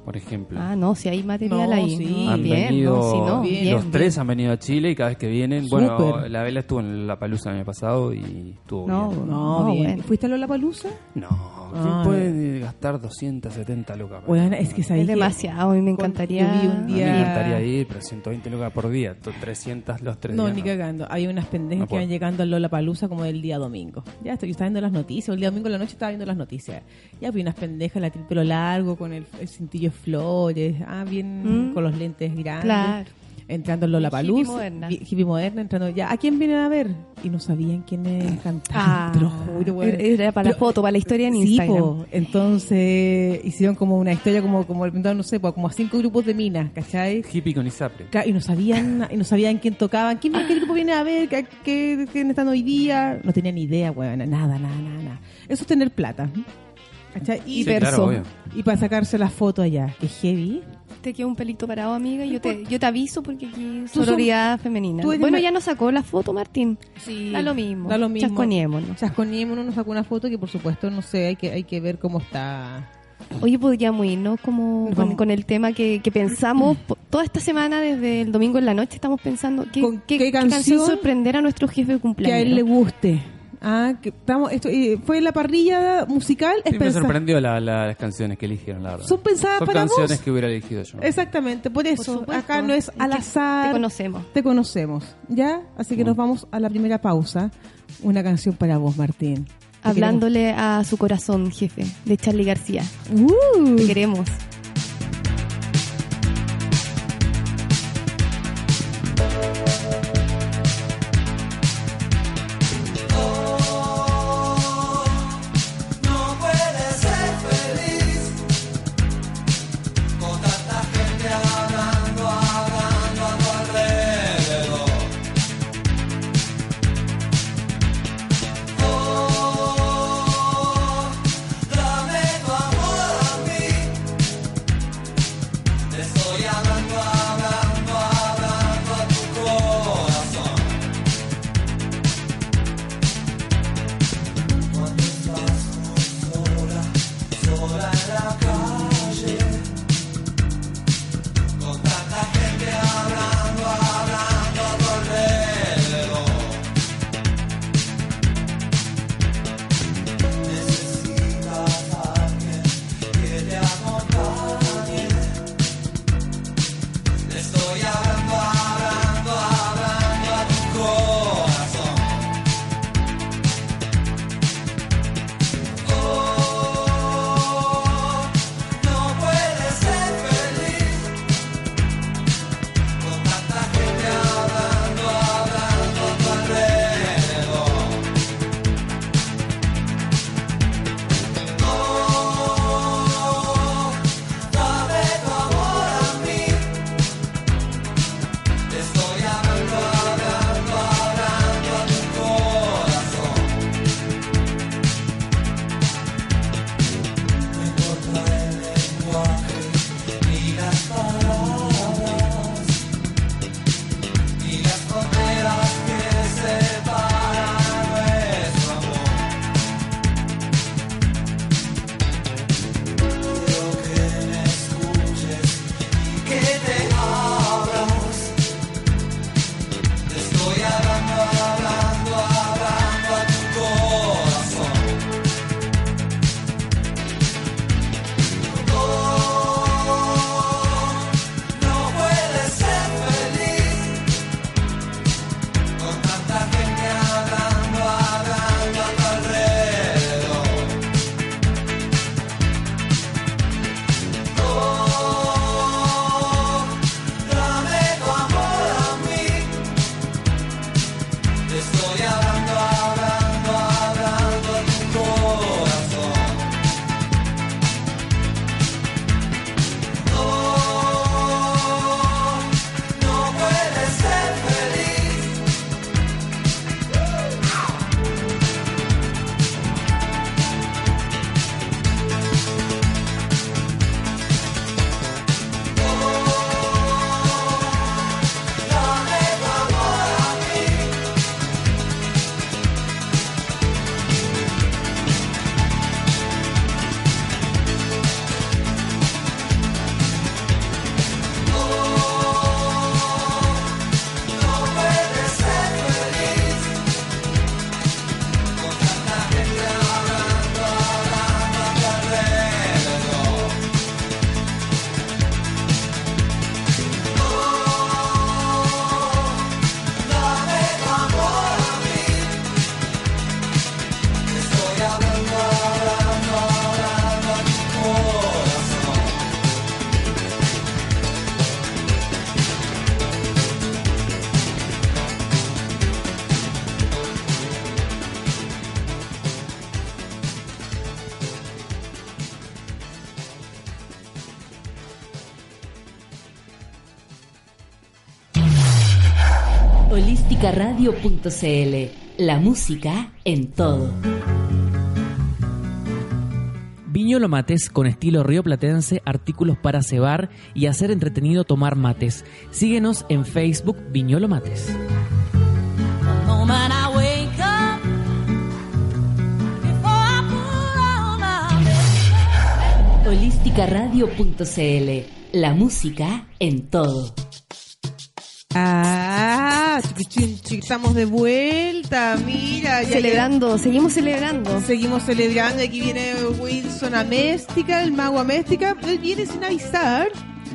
S3: por ejemplo.
S2: Ah, no, si hay material
S10: No,
S2: ahí.
S10: sí.
S2: No,
S3: han
S2: bien,
S3: venido,
S2: no, si no,
S3: los
S2: bien.
S3: tres han venido a Chile y cada vez que vienen, bueno,
S10: Súper.
S3: la vela estuvo en la palusa el año pasado y estuvo
S10: No,
S3: bien.
S10: no,
S2: No,
S10: bien.
S2: bueno.
S10: ¿Fuiste a Lollapalooza?
S3: No, ¿quién
S10: Ah,
S2: eh.
S3: puede gastar 270 lucas?
S10: Bueno, es que
S2: Es
S10: sabes que-
S2: demasiado, a mí me encantaría.
S10: yo vi un
S3: A mí
S10: día-
S3: me encantaría ir, pero 120 lucas por día, to- 300 los tres
S1: No,
S3: días.
S1: ni cagando. Hay unas pendejas
S3: No
S1: que
S3: puedo.
S1: van llegando a Lola Palusa como del día domingo. Ya, estoy, yo estaba viendo las noticias. El día domingo en la noche estaba viendo las noticias. Ya vi unas pendejas, la tiene el pelo largo, con el, el cintillo de flores. Ah, bien,
S2: Mm.
S1: con los lentes grandes.
S2: Claro.
S1: Entrando en Lola Palusa.
S2: Hippie moderna.
S1: Hippie moderna, entrando ya. ¿A quién vienen a ver? Y no sabían quién cantaba.
S2: Ah.
S1: te lo juro, güey.
S2: Era- era para la foto, para la historia en Instagram.
S1: Entonces hicieron como una historia, como, como no sé, pues, como a cinco grupos de minas, ¿cachai?
S3: Hippie con Isapre.
S1: Ca- y no sabían y no sabían quién tocaban quién qué grupo viene a ver qué, qué, quién están hoy día no tenían ni idea huevona nada nada nada nada eso es tener plata ¿Cachai?
S2: Sí, claro,
S1: verso.
S2: obvio.
S1: y para sacarse la foto allá que heavy
S2: Te queda un pelito parado, amiga. Yo te, yo te aviso porque aquí
S1: son-
S2: sororidad femenina.
S1: tú eres
S2: Bueno,
S1: ma-
S2: ya nos sacó la foto, Martín.
S1: Sí.
S2: Da lo mismo.
S1: Da lo mismo.
S2: Chasconeémonos.
S1: Chasconeémonos, nos sacó una foto que por supuesto no sé hay que hay que ver cómo está
S2: Oye, podríamos irnos como con, con el tema que, que pensamos po- toda esta semana, desde el domingo en la noche, estamos pensando qué,
S1: ¿Con qué canción?
S2: sorprender a nuestro jefe de
S1: que a
S2: cumpleaños.
S1: él le guste ah que estamos esto eh, fue la parrilla musical es
S3: Sí, me
S1: pensar-
S3: sorprendió la- la- las canciones que eligieron, la verdad.
S1: Son pensadas para vos. Eh,
S3: canciones que hubiera elegido yo.
S1: Exactamente, por eso.
S2: supuesto.
S1: Acá no es al azar.
S2: te conocemos.
S1: Te conocemos, ¿ya? Así que nos vamos a la primera pausa. Una canción para vos, Martín. Te
S2: Hablándole a su corazón, jefe, de Charlie García.
S1: queremos. Uh,
S2: Te queremos.
S6: No puedes ser feliz con tanta gente hablando, hablando a tu alrededor. Oh, dame tu amor a mí Oh, Ah,
S13: Holísticaradio.cl La música en todo.
S14: Viñolo Mates con estilo rioplatense, artículos para cebar y hacer entretenido tomar mates. Síguenos en Facebook Viñolo Mates.
S15: Moment I wake up, before I put on my
S13: Holísticaradio.cl La música en todo.
S1: Ah, chiquichín, chiqui- estamos de vuelta, mira.
S2: Celebrando, seguimos celebrando.
S1: Seguimos celebrando, aquí viene Wilson Améstica, el mago Améstica, él viene sin avisar.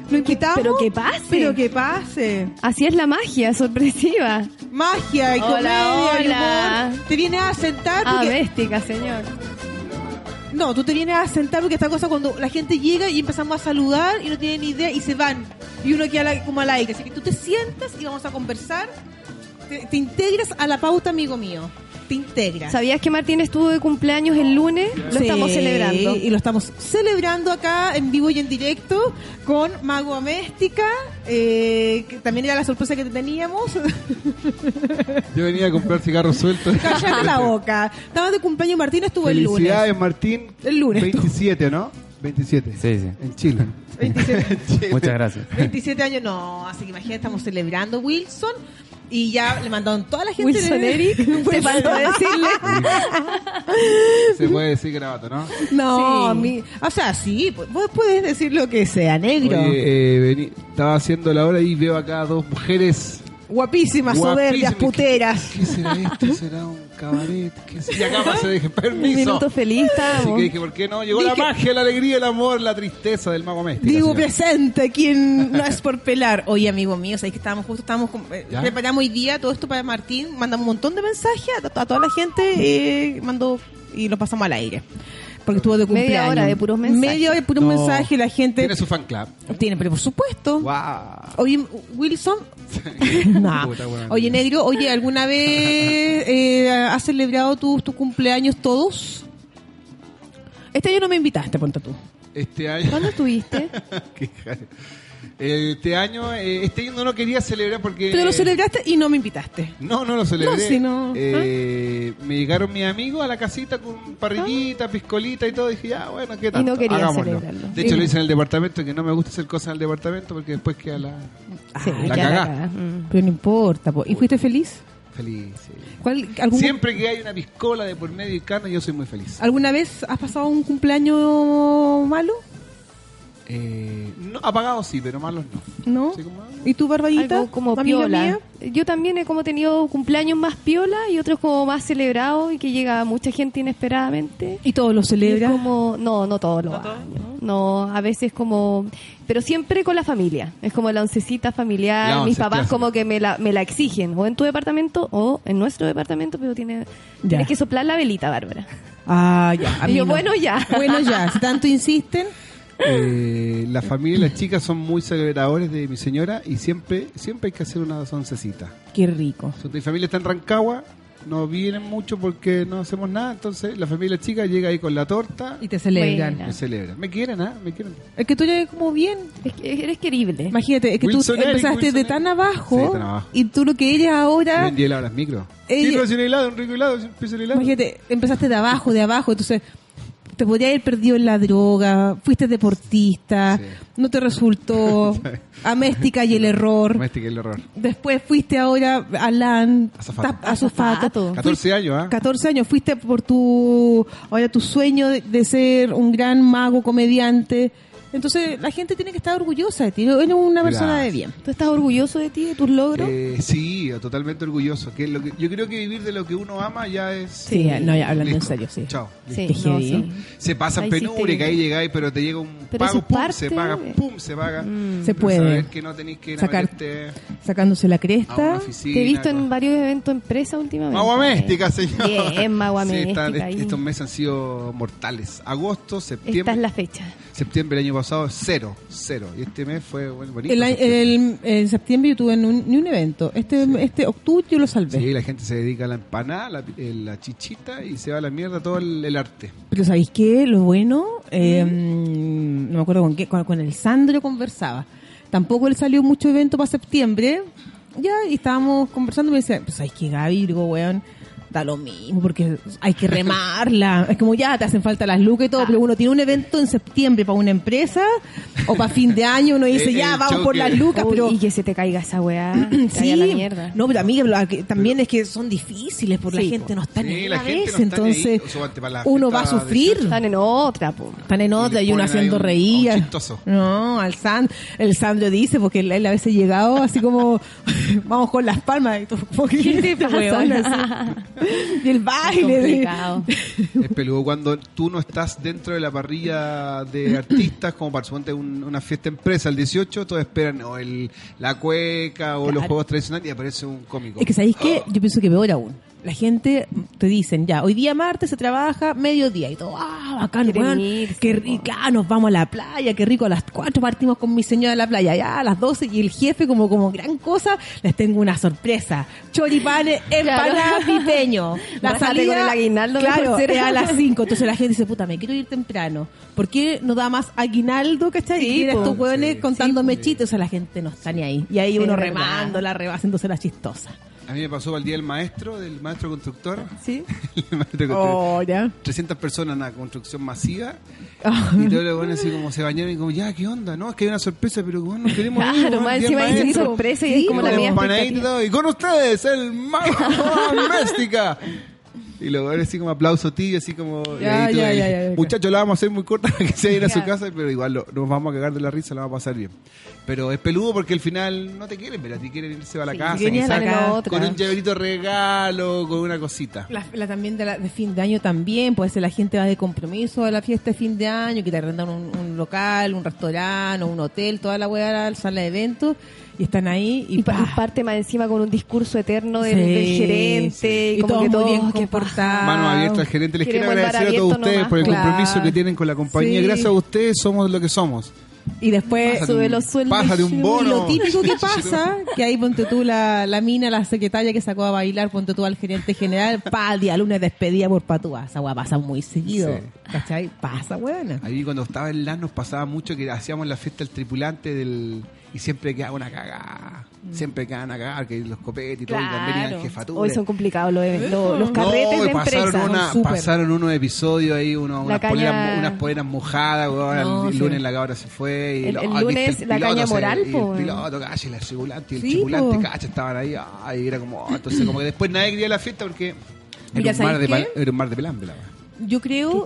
S1: Lo invitamos.
S2: pero que pase.
S1: Pero que pase.
S2: Así es la magia, sorpresiva.
S1: Magia y
S2: Hola,
S1: comedia y
S2: hola.
S1: humor. Te vienes a sentar
S2: Ah,
S1: porque...
S2: Améstica, señor.
S1: No, tú te vienes a sentar porque esta cosa cuando la gente llega y empezamos a saludar y no tienen ni idea y se van. Y uno queda la- como al aire. Así que tú te sientas y vamos a conversar. Te, te integras a la pauta, amigo mío. Te integras.
S2: ¿Sabías que Martín estuvo de cumpleaños el lunes? Lo
S1: Sí,
S2: estamos celebrando.
S1: Y lo estamos celebrando acá en vivo y en directo con Mago Améstica, eh, que también era la sorpresa que teníamos.
S16: Yo venía a comprar cigarros sueltos.
S1: Cállate la boca. Estaba de cumpleaños Martín, estuvo el lunes.
S16: Felicidades, Martín.
S1: El lunes.
S16: 27, ¿no? 27.
S17: Sí, sí.
S16: En Chile.
S1: 27,
S17: Muchas gracias.
S1: 27 años, no, así que imagínate, estamos celebrando Wilson y ya le mandaron toda la gente.
S2: Wilson Eric, te
S1: Wilson.
S2: faltó decirle.
S16: Se puede decir grabato, ¿no?
S1: No, mi- o sea, sí, pues, vos puedes decir lo que sea, negro.
S16: Oye, eh, vení- estaba haciendo la hora y veo acá dos mujeres.
S1: Guapísimas, soberbias,
S16: Guapísimas.
S1: puteras.
S16: ¿Qué será esto? ¿Será un cabaret? ¿Qué será? Y acá pasé, dije, permiso.
S2: minuto feliz estábamos.
S16: Así que dije, ¿por qué no? Llegó la
S1: Dije-
S16: magia, la alegría, el amor, la tristeza del mago Mestre.
S1: Digo presente, quien no es por pelar. Oye, amigo mío, sabéis que estábamos justo, estábamos con- eh,
S16: ¿Ya?
S1: preparamos hoy día todo esto para Martín, mandamos un montón de mensajes a, a toda la gente, eh, mandó y lo pasamos al aire. Porque estuvo de
S2: Media
S1: cumpleaños.
S2: hora de puros mensajes.
S1: Media hora de puros
S16: No.
S1: mensajes, la gente...
S16: Tiene su fan club.
S1: Tiene, pero por supuesto. Oye, Wilson,
S16: No.
S1: oye, Negro, oye, ¿alguna vez eh, has celebrado tus tus cumpleaños todos? Este año no me invitaste, ponte tú.
S16: Este año.
S2: ¿Cuándo estuviste?
S16: Qué jale. Este año, eh, este año no lo quería celebrar porque.
S1: Pero lo celebraste y no me invitaste.
S16: No, no lo celebré.
S1: No, si no. ¿ah?
S16: Eh, Me llegaron mis amigos a la casita con parrillita, piscolita y todo. Dije, ya, bueno, ¿qué tal?
S2: no quería celebrarlo.
S16: De hecho,
S2: Y-
S16: lo hice en el departamento, que no me gusta hacer cosas en el departamento porque después queda la, la
S1: ya Ah, la
S16: cagá.
S1: cagá.
S2: Mm.
S1: Pero no importa, po. ¿y fuiste feliz?
S16: Feliz. sí.
S1: ¿Cuál- algún- Ah.
S16: Siempre que hay una piscola de por medio y carne, yo soy muy feliz.
S1: ¿Alguna vez has pasado un cumpleaños malo?
S16: Eh, no, apagados sí, pero malos no.
S1: ¿No? ¿Y tú, Barbadita?
S2: Algo como
S1: amiga
S2: piola.
S1: mía?
S2: Yo también he como tenido cumpleaños más piola y otros como más celebrados y que llega mucha gente inesperadamente.
S1: ¿Y todos los
S2: celebra?
S1: celebras?
S2: Como, no, no todos los años. No, a veces como... Pero siempre con la familia. Es como la oncecita familiar.
S1: La once,
S2: Mis papás
S1: clásica.
S2: como que me la, me la exigen. O en tu departamento o en nuestro departamento, pero tiene,
S1: Ya.
S2: tienes que soplar la velita, Bárbara.
S1: Ah, ya. a
S2: Y
S1: mí
S2: yo,
S1: no.
S2: bueno, ya.
S1: Bueno, ya. Si tanto insisten,
S16: Eh, la familia y las chicas son muy celebradores de mi señora y siempre siempre hay que hacer unas oncecitas.
S1: qué rico.
S16: Mi familia está en Rancagua, no vienen mucho porque no hacemos nada, entonces la familia chica llega ahí con la torta.
S1: Y te celebran. Buena.
S16: Me celebran. Me quieren, ¿ah? Me quieren.
S1: Es que tú eres como bien.
S2: Es que eres querible.
S1: Imagínate, es que
S16: Wilson
S1: tú
S16: Eric,
S1: empezaste
S16: Wilson
S1: de
S16: Eric.
S1: tan abajo,
S16: Sí, tan abajo.
S1: y tú lo que eres ahora.
S16: Venden helado a las micro.
S1: Ella-
S16: Micro sin helado, un rico helado, sin piso de helado.
S1: Imagínate, empezaste de abajo, de abajo, entonces te podría haber perdido en la droga, fuiste deportista, no te resultó, améstica y el error.
S16: Doméstica el error.
S1: Después fuiste ahora a LAN,
S16: Azafato.
S1: tap- azafato.
S16: 14 años, ¿ah?
S1: 14 años, fuiste por tu ahora tu sueño de, de ser un gran mago comediante. Entonces, la gente tiene que estar orgullosa de ti, eres una persona de
S16: Gracias.
S1: bien.
S2: ¿Tú estás orgulloso de ti, de tus logros?
S16: Eh, sí, totalmente orgulloso. Que es lo que, yo creo que vivir de lo que uno ama ya es.
S1: Sí, no, ya, hablando en serio, sí. ¿eh?
S16: Chao.
S1: Sí,
S16: Listo.
S1: no, sí.
S16: Se pasan
S1: Ahí sí te
S16: penurias, que ahí
S1: digo.
S16: llegáis, pero te llega un
S1: Pero eso
S16: pago,
S1: es
S16: pum,
S1: parte
S16: se paga, pum, se paga.
S1: Se
S16: Pero
S1: puede.
S16: saber que no tenéis que ir
S1: Sacar-
S16: a meterte.
S1: Sacándose la
S16: A una
S1: cresta.
S16: oficina,
S2: Te he visto en
S16: con-
S2: varios eventos empresa últimamente.
S16: Magua Méstica, señor.
S2: Bien, Magua
S16: Sí, este
S2: Méstica,
S16: están-
S2: ahí.
S16: estos meses han sido mortales. Agosto,
S2: Esta
S16: septiembre.
S2: es la fecha.
S16: Septiembre del año pasado, cero, cero. Y este mes fue bueno, bonito.
S1: El, año- el- en septiembre yo tuve en un, ni un evento. Este, este octubre yo lo salvé.
S16: Sí, la gente se dedica a la empanada, la, eh, la chichita y se va a la mierda todo el, el arte.
S1: Pero ¿sabéis qué? Lo bueno, eh, no me acuerdo con qué, con, con el Sandro conversaba. Tampoco le salió mucho evento para septiembre. ya, y estábamos conversando y me decía, pues hay que Gaby, y digo, weón, da lo mismo, porque hay que remarla. es como ya, te hacen falta las lucas y
S2: Ah.
S1: todo, pero uno tiene un evento en septiembre para una empresa, o para fin de año, uno dice,
S2: El-
S1: ya,
S2: el
S1: vamos por
S2: choque.
S1: las lucas,
S2: Uy,
S1: pero...
S2: y que se te caiga esa weá. te
S1: sí,
S2: vaya a la mierda.
S1: no, pero amiga, lo que- también es que son difíciles, porque
S2: Sí,
S1: la gente
S2: po.
S1: no está
S2: Sí,
S1: ni en
S2: la
S1: una
S2: gente no
S1: vez,
S2: está ni
S1: entonces
S16: ahí, solamente para la
S1: uno
S16: fiesta
S1: va a sufrir. Están
S2: en otra, po.
S1: Están en otra y, uno
S16: ponen ahí
S1: haciendo
S16: un- a un
S1: reír. No, al San, el Sandro dice, porque él, él a veces llegado así como, vamos con las palmas, y tú, ¿por qué
S2: ¿Qué te
S1: esta
S2: pasa?
S1: weona así? Y el baile. de-
S16: Es peludo cuando tú no estás dentro de la parrilla de artistas, como para suponte un- una fiesta empresa, el 18, todos esperan o el, la cueca o los
S1: Claro.
S16: juegos tradicionales y aparece un cómico.
S1: Es que ¿sabéis qué? Yo pienso que peor aún. La gente te dicen, ya, hoy día martes se trabaja mediodía y todo, ah, bacán,
S2: Quieren
S1: weón,
S2: irse,
S1: qué rico, ah, nos vamos a la playa, qué rico, a las 4 partimos con mi señora a la playa, ya a las 12 y el jefe como como gran cosa, les tengo una sorpresa, choripanes, empanadas
S2: Claro.
S1: pipeño, la
S2: Bájate
S1: salida,
S2: con el aguinaldo,
S1: claro,
S2: mejor será.
S1: es a las 5, entonces la gente dice, puta, me quiero ir temprano, ¿por qué no da más aguinaldo, cachai?
S2: Sí,
S1: y vienen
S2: po.
S1: estos hueones
S2: Sí.
S1: contándome chistes, o sea, la gente no está ni ahí, y ahí
S2: Sí,
S1: uno
S2: es verdad.
S1: remando, la reba, haciéndose la chistosa.
S16: A mí me pasó el día del maestro, del maestro constructor.
S1: Sí.
S16: el maestro
S1: Oh,
S16: constructor.
S1: ya. Ah.
S16: 300 personas en la construcción masiva. Y todos los buenos así como se bañaron y como, ya, ¿qué onda? No, es que hay una sorpresa, pero bueno, no queremos
S2: Claro,
S16: ir, bueno,
S2: más
S16: el día
S2: encima
S16: del
S2: dicen
S16: maestro.
S2: sorpresa y es como la
S16: con
S2: media
S16: empanadita y
S2: expectativa.
S16: todo, Y con ustedes, el mago doméstica. Y los buenos así como aplauso tibio, así como... y
S1: Ya,
S16: ahí tú
S1: ya,
S16: ahí,
S1: ya, ya, ya.
S16: Muchachos, la vamos a hacer muy corta para que se ir a su
S1: Ya.
S16: casa, pero igual lo- nos vamos a cagar de la risa, la vamos a pasar bien. Pero es peludo porque al final no te quieren, pero a ti quieren irse a la
S1: Sí,
S16: casa,
S1: quieren ir a la
S16: quizás,
S1: casa.
S16: con un llaverito regalo, con una cosita.
S1: La, la también de, la- de fin de año también, puede ser la gente va de compromiso a la fiesta de fin de año, que te arrendan un, un local, un restaurante, o un hotel, toda la weá, la sala de eventos, y están ahí y,
S2: Y, pa-
S1: pa,
S2: y parte más encima con un discurso eterno del,
S1: Sí,
S2: del gerente.
S1: sí.
S2: Y, como "Ah,
S1: todos
S2: que
S1: muy
S2: todos,
S1: bien
S2: qué
S1: comportados.
S16: Mano abierta al gerente. Les quiero
S2: Queremos andar
S16: agradecer a todos
S2: abiertos
S16: ustedes
S2: nomás,
S16: por el
S2: claro.
S16: compromiso que tienen con la compañía.
S2: Sí.
S16: Gracias a ustedes somos lo que somos.
S1: Y después
S16: Pásate Sube un- los sueldos. pásate un bono.
S1: Y lo típico que pasa, que ahí ponte tú la, la mina, la secretaria que sacó a bailar, ponte tú al gerente general, pa, día lunes despedida por patúa. Esa weá pasa muy seguido.
S16: Sí.
S1: ¿Cachai? Pasa, weona.
S16: Ahí cuando estaba en LAN nos pasaba mucho que hacíamos la fiesta del tripulante del y siempre quedaba una cagada. Siempre quedaban a cagar, que los copetes y todo, y también eran jefaturas.
S2: Mm. Hoy son complicados los, ev- lo- los carretes
S16: No,
S2: de
S16: pasaron
S2: empresa.
S16: una-
S2: Son súper.
S16: pasaron unos episodios ahí, uno- unas,
S2: caña-
S16: poleras, unas poleras mojadas, weón,
S2: No,
S16: el
S2: sí.
S16: lunes la cabra se fue. Y
S2: El- el
S16: ay, viste,
S2: lunes la
S16: piloto
S2: caña
S16: se-
S2: moral,
S16: y
S2: po,
S16: El
S2: weón.
S16: piloto, cacha, y la circulante, y el
S2: Sí,
S16: circulante,
S2: po.
S16: cacha, estaban ahí, ay, y era como, oh, entonces como que después nadie quería la fiesta porque
S1: Mira,
S16: era, un mar
S1: ¿sabes
S16: de,
S1: qué?
S16: pal- era un mar de pelámbela, weón.
S1: Yo creo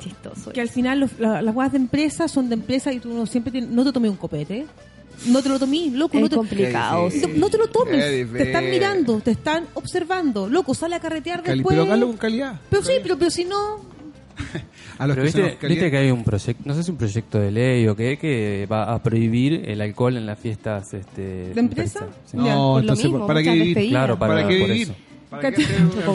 S1: que al final los- la- las guas de empresa son de empresa y tú no siempre tienes- no te tomé un copete. No te lo tomé, loco.
S2: Es
S1: no te,
S2: complicado, sí.
S1: No, no te lo tomes.
S16: Es difícil.
S1: Te están mirando, te están observando. Loco, sale a carretear
S16: Cali-
S1: después.
S16: pero hágalo con calidad.
S1: Pero sí, pero, pero si no.
S16: A los que son
S3: Pero viste,
S16: los calientes.
S3: viste que hay un proyecto, no sé si un proyecto de ley o qué, que va a prohibir el alcohol en las fiestas este, de
S1: empresa?
S3: sí.
S16: No, Ya, por lo entonces, mismo, ¿para qué muchas vivir? despedidas.
S3: Claro, para,
S16: ¿Para qué
S3: por
S16: vivir?
S3: eso.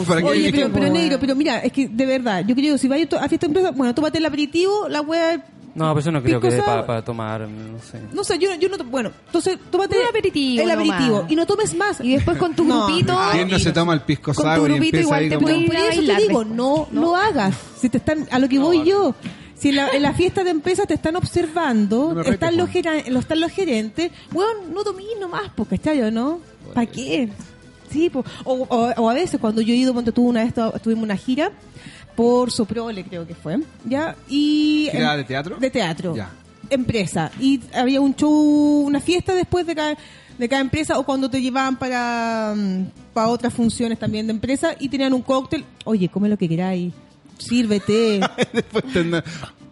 S16: ¿Para qué
S1: Oye,
S16: vivir?
S1: pero, pero negro, pero mira, es que de verdad, yo creo, si vas a fiesta de empresa, bueno, tómate el aperitivo, la wea
S3: No, pero yo no creo que
S1: Pico
S3: dé para
S1: sour.
S3: tomar, no sé.
S1: No sé, yo, no- yo no. to- Bueno, entonces tómate el
S2: aperitivo
S1: El aperitivo.
S2: nomás.
S1: Y no tomes más. Y después
S2: con tu grupito-
S16: ¿Quién no se toma el pisco
S2: Con tu
S16: sour y
S2: grupito
S16: empieza
S2: igual
S16: ahí
S2: te
S16: como...
S2: puede ir
S1: Por eso
S2: bailar
S1: te digo,
S2: después.
S1: no, no hagas. Si te están, a lo que voy yo. Si en la, en la fiesta de empresas te están observando,
S16: me retes,
S1: están, los geran- los, están los gerentes, weón, no tomís nomás, po, ¿cachai o no? ¿Para qué? Sí, po. O, o- o a veces cuando yo he ido, cuando tuve una vez, tu- tuvimos una gira por Soprole, creo que fue, ¿ya? Y, em,
S16: ¿Gira de teatro?
S1: De teatro
S16: Ya.
S1: empresa y había un show, una fiesta después de cada, de cada empresa o cuando te llevaban para, mm, para otras funciones también de empresa y tenían un cóctel, oye, come lo que queráis, sírvete.
S16: Pues tendrá-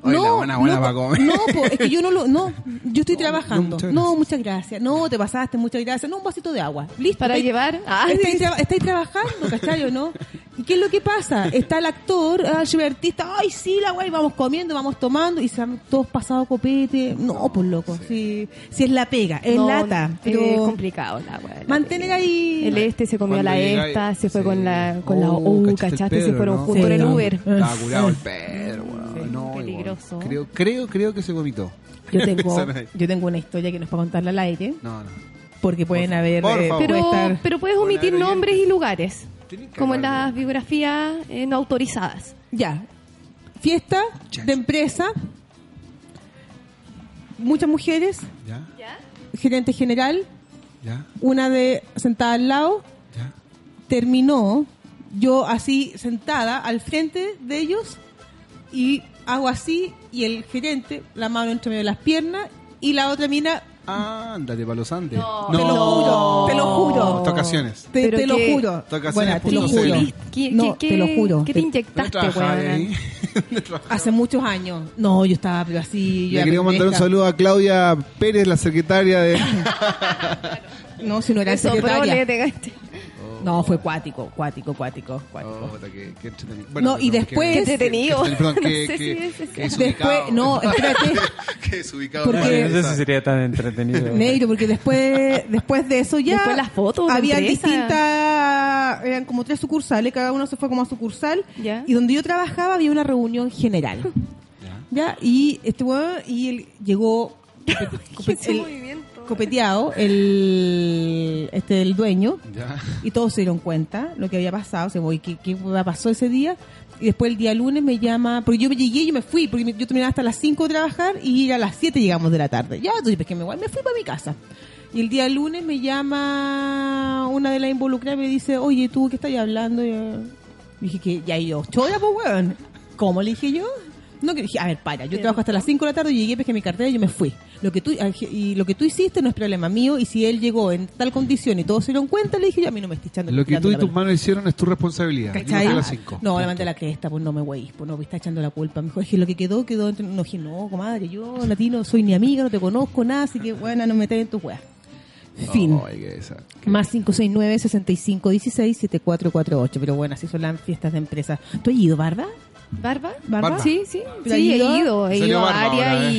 S16: Oye, la buena, buena
S1: no,
S16: para comer.
S1: no, po, es que yo no lo, no, yo estoy trabajando.
S16: muchas
S1: No, muchas gracias. No, te pasaste, muchas gracias. No, un vasito de agua. Listo.
S2: Para
S1: estáis-
S2: llevar. Ah,
S1: estáis,
S2: sí.
S1: traba- estáis trabajando, ¿cachai o no? ¿Y qué es lo que pasa? Está el actor, ah, el artista, ay sí, la guay, vamos comiendo, vamos tomando, y se han todos pasado copete. No, pues loco, sí. Si es la pega, es
S2: No,
S1: lata. Pero
S2: Es complicado la weá.
S1: mantener ahí.
S2: El este se comió a
S1: Cuando
S2: la
S1: llega-
S2: esta, se fue con la, con la U,
S16: Oh, el
S2: ¿cachaste? se
S16: Pedro,
S2: fueron
S16: ¿no?
S2: juntos en el
S16: Estaba-
S2: Uber.
S16: Estaba curado el Pedro, weón. No, weón.
S1: Peligroso.
S16: Creo, creo, creo que se vomitó.
S1: Yo tengo,
S16: Esa es-
S1: yo tengo una historia que nos va a contarla al aire,
S16: no, no.
S1: porque pueden haber.
S16: por
S1: eh,
S16: favor.
S1: puede
S2: Pero,
S1: estar-
S2: pero puedes omitir
S1: Bueno,
S2: nombres y lugares,
S16: que
S2: como en las biografías eh, no autorizadas.
S1: Ya. Fiesta de empresa. Muchas mujeres.
S16: Ya.
S1: Gerente general.
S16: Ya.
S1: una de sentada al lado, terminó yo así sentada al frente de ellos y hago así y el gerente, la mano entre medio de las piernas y la otra mina...
S16: Ándate para los Andes. No,
S1: Te lo juro, te lo juro.
S16: Tocaciones.
S1: Te, te lo juro. Bueno,
S16: Tocaciones.
S1: te lo juro. No, te lo juro.
S2: ¿Qué te
S1: Te-
S2: inyectaste,
S16: trabajaba
S2: weón?
S16: ahí?
S1: Hace muchos años. No, yo estaba pero así... yo
S16: Le
S1: era
S16: queremos mandar un
S1: pendeja.
S16: saludo a Claudia Pérez, la secretaria de.
S1: No, si no era
S2: Te sopló, le
S1: secretaria.
S2: pegaste.
S1: No, fue cuático, cuático, cuático, cuático.
S16: que,
S1: no, y después...
S16: Perdón,
S1: No
S16: que,
S1: sé si
S16: que-
S1: es ese.
S16: que es
S1: Después,
S16: ubicado.
S1: no, espérate.
S16: que es ubicado.
S1: Porque-
S16: para
S3: No sé
S16: esa.
S3: si sería tan entretenido.
S1: Negro, porque después, después de eso ya.
S2: Después las fotos de
S1: Había
S2: empresa.
S1: distintas. Eran como tres sucursales, cada uno se fue como a sucursal. Y donde yo trabajaba había una reunión general. ¿Ya? Y este weón, y él llegó. copet- copet- el- copeteado, el. Este, el dueño. Y todos se dieron cuenta lo que había pasado, se voy, ¿qué, qué hueá pasó ese día? Y después el día lunes me llama, porque yo me llegué y yo me fui, porque me- yo terminaba hasta las 5 de trabajar y a las 7 llegamos de la tarde. Ya, entonces pesqué me voy, me fui para mi casa. Y el día lunes me llama una de las involucradas y me dice, oye, ¿tú qué estás hablando? Y, eh, dije que ya hay ocho horas, pues, weón. ¿Cómo le dije yo? No, que dije, a ver, para, yo trabajo hasta las 5 de la tarde, llegué, pesqué mi cartera y yo me fui. Lo que tú, ah, y lo que tú hiciste no es problema mío, y si él llegó en tal condición y todos se dieron cuenta, le dije yo, a mí no me estoy echando
S16: Lo que
S1: tirando
S16: tú y
S1: la
S16: tus
S1: pelota".
S16: manos hicieron es tu responsabilidad. Yo
S1: ¿Cachai?
S16: no te la cinco.
S1: No, le mandé la cresta, pues no me güey, pues no me está echando la culpa. Me dijo, es que lo que quedó, quedó entre. No, dije, no, comadre, yo latino soy ni amiga, no te conozco nada, así que bueno, no me metas en tus weas. Fin.
S16: Ay, que esa.
S1: Más 569-6516-7448. Pero bueno, así son las fiestas de empresa. ¿Tú has ido, Barba?
S2: ¿Barba?
S1: ¿Barba?
S2: Sí, sí.
S1: ¿Pero
S2: Sí,
S1: ha
S2: he
S1: ido?
S2: ido. He
S1: Salió
S2: ido a
S1: barba
S2: área
S1: ahora, ¿eh?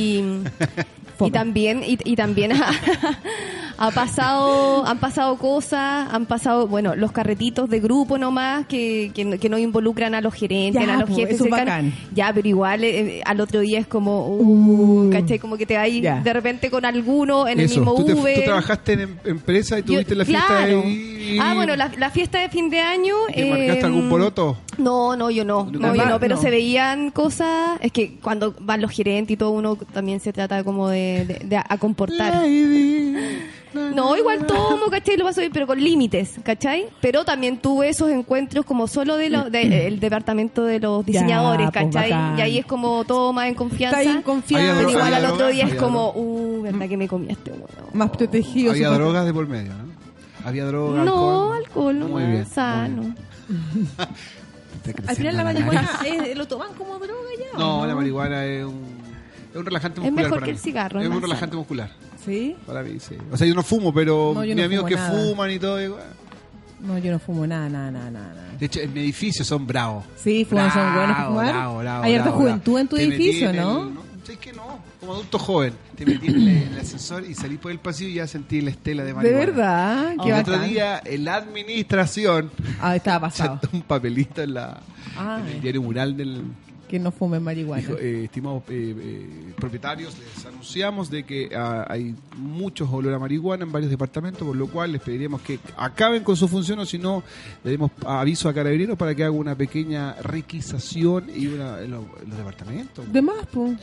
S2: y, y también, y, y también ha, ha pasado, han pasado cosas, han pasado, bueno, los carretitos de grupo nomás que, que, no- que no involucran a los gerentes,
S1: Ya,
S2: a los
S1: po,
S2: jefes
S1: eso es
S2: cercanos.
S1: bacán.
S2: Ya, pero igual eh, eh, al otro día es como, uh, ¿cachai? Como que te vas
S16: Ya.
S2: de repente con alguno en
S16: Eso.
S2: el mismo
S16: tú, te-
S2: Uber.
S16: tú trabajaste en em- empresa y
S2: Yo-
S16: tuviste la fiesta
S2: claro.
S16: ahí.
S2: Ah, bueno, la, la fiesta de fin de año.
S16: ¿Te marcaste
S2: eh,
S1: em,
S16: algún poloto?
S2: no, no, yo no. No, yo
S16: Normal,
S2: no, pero
S16: no.
S2: se veían cosas. Es que cuando van los gerentes y todo, uno también se trata como de, de- de a comportar. No, igual tomo, ¿cachai? Lo paso bien, pero con límites, ¿cachai? Pero también tuve esos encuentros como solo de lo- de- el departamento de los
S1: Ya,
S2: diseñadores,
S1: pues,
S2: ¿cachai?
S1: bacán.
S2: y ahí es como todo más en confianza.
S1: Está ahí en confianza.
S2: Pero
S1: Había
S2: igual
S1: droga,
S2: al
S1: había
S2: otro
S1: droga,
S2: día es
S1: había
S2: como, uh, ¿verdad que me comiste? weón?
S1: Más protegido.
S16: Había
S1: supongo.
S16: drogas de por medio, ¿no? Había drogas.
S2: No, alcohol, no,
S16: Muy bien,
S2: sano.
S1: Al final la
S16: la
S1: marihuana eh, lo toman como droga ya. ¿o
S16: No, la marihuana es un, es un relajante
S1: Es
S16: muscular.
S1: mejor
S16: para
S1: que
S16: mí.
S1: el cigarro, es
S16: Es un
S1: más
S16: relajante
S1: sano.
S16: muscular.
S1: ¿Sí?
S16: Para mí, sí. O sea, yo no fumo, pero
S1: No, yo
S16: mis
S1: no
S16: amigos
S1: fumo
S16: que
S1: nada.
S16: fuman y todo. igual.
S1: No, yo no fumo nada, nada, nada, nada. nada.
S16: De hecho, en mi edificio son bravos.
S1: Sí, fuman, son buenos para
S16: Bravo,
S1: fumar.
S16: bravo, bravo,
S1: Hay harta
S16: bravo, bravo.
S1: juventud en tu
S16: Te metí
S1: edificio,
S16: en el-
S1: ¿no?
S16: Sí, es que no. Como adulto joven, te metí en el, en el ascensor y salí por el pasillo y ya sentí la estela de marihuana.
S1: verdad?
S16: Y
S1: Qué
S16: el otro
S1: bacán.
S16: día, en la administración,
S1: Ah, estaba pasado.
S16: saltó un papelito en, la,
S1: Ah,
S16: en el diario mural del,
S1: que no fumen marihuana.
S16: Dijo, eh, estimados eh, eh, propietarios, les anunciamos de que ah, hay muchos olor a marihuana en varios departamentos, por lo cual les pediríamos que acaben con su función o si no, le demos aviso a Carabineros para que haga una pequeña requisación y una, en, los, en los departamentos.
S1: De más, pues.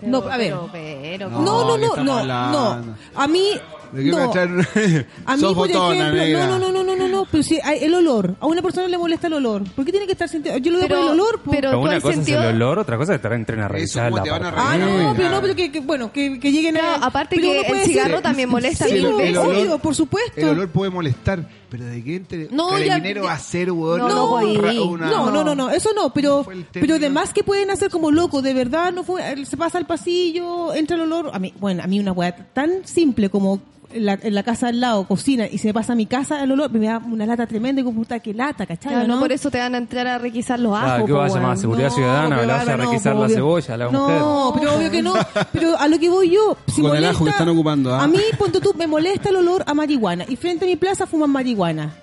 S1: No, a ver.
S2: Pero, pero,
S1: No, no,
S16: ¿qué
S1: no,
S16: estamos
S1: no,
S16: hablando?
S1: no. A mí,
S16: ¿De qué me
S1: no.
S16: traen?
S1: A mí,
S16: Sos
S1: por
S16: botona,
S1: ejemplo,
S16: negra.
S1: no, no, no, no, no, no, pero si hay- el olor, a una persona le molesta el olor. ¿Por qué tiene que estar sintiendo? Yo lo veo
S2: Pero-
S1: por el olor, po.
S2: pero
S3: una cosa es el olor, otra cosa es estar entren a revisar la
S1: Ah, no, pero no, pero que, que, bueno, que, que lleguen a
S2: aparte
S1: pero
S2: que
S1: uno
S2: el
S1: puede
S2: cigarro también molesta
S1: Sí,
S2: mil
S1: obvio,
S2: veces.
S1: obvio, por supuesto.
S16: El olor puede molestar, pero de qué entre
S1: No, ya-
S16: carabinero
S1: ya-
S16: va a ser, weón,
S1: no, no,
S16: un ra-
S1: no,
S16: una-
S1: no, no, no, eso no, pero pero además que pueden hacer como loco, de verdad, no fue, él se pasa al pasillo, entra el olor, a mí, bueno, a mí una weá tan simple como en la, en la casa al lado, cocina, y se me pasa a mi casa el olor, me da una lata tremenda y como puta que lata, ¿cachai?
S2: Claro,
S1: ¿no?
S2: no por eso te van a entrar a requisar los ajos.
S3: Ah, ¿qué
S2: po,
S3: va a hacer
S2: weón?
S3: más? Seguridad
S2: No,
S3: ciudadana,
S2: qué
S3: le vas a
S2: bárbaro,
S3: requisar
S2: po,
S3: la
S2: obvio.
S3: cebolla a la mujer.
S1: No, pero obvio que no. Pero a lo que voy yo, si
S16: Con el ajo que
S1: molesta-
S16: están ocupando, ¿ah?
S1: A mí, punto tú, me molesta el olor a marihuana. Y frente a mi plaza fuman marihuana.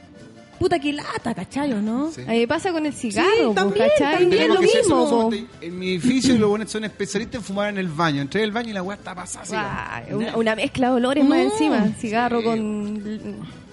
S1: Puta que lata, ¿cachayo, no?
S2: A mí me Eh, pasa con el cigarro,
S1: Sí,
S2: po,
S1: también,
S2: ¿cachai?
S1: también,
S2: lo
S16: Tenemos que ser
S2: mismo. po.
S16: somos- En mi edificio los buenos son especialistas en fumar en el baño. Entré al baño y la weá está pasada. así,
S2: Guau,
S16: weón.
S2: Ah, una, una mezcla de olores más
S1: No.
S2: encima. Cigarro con l-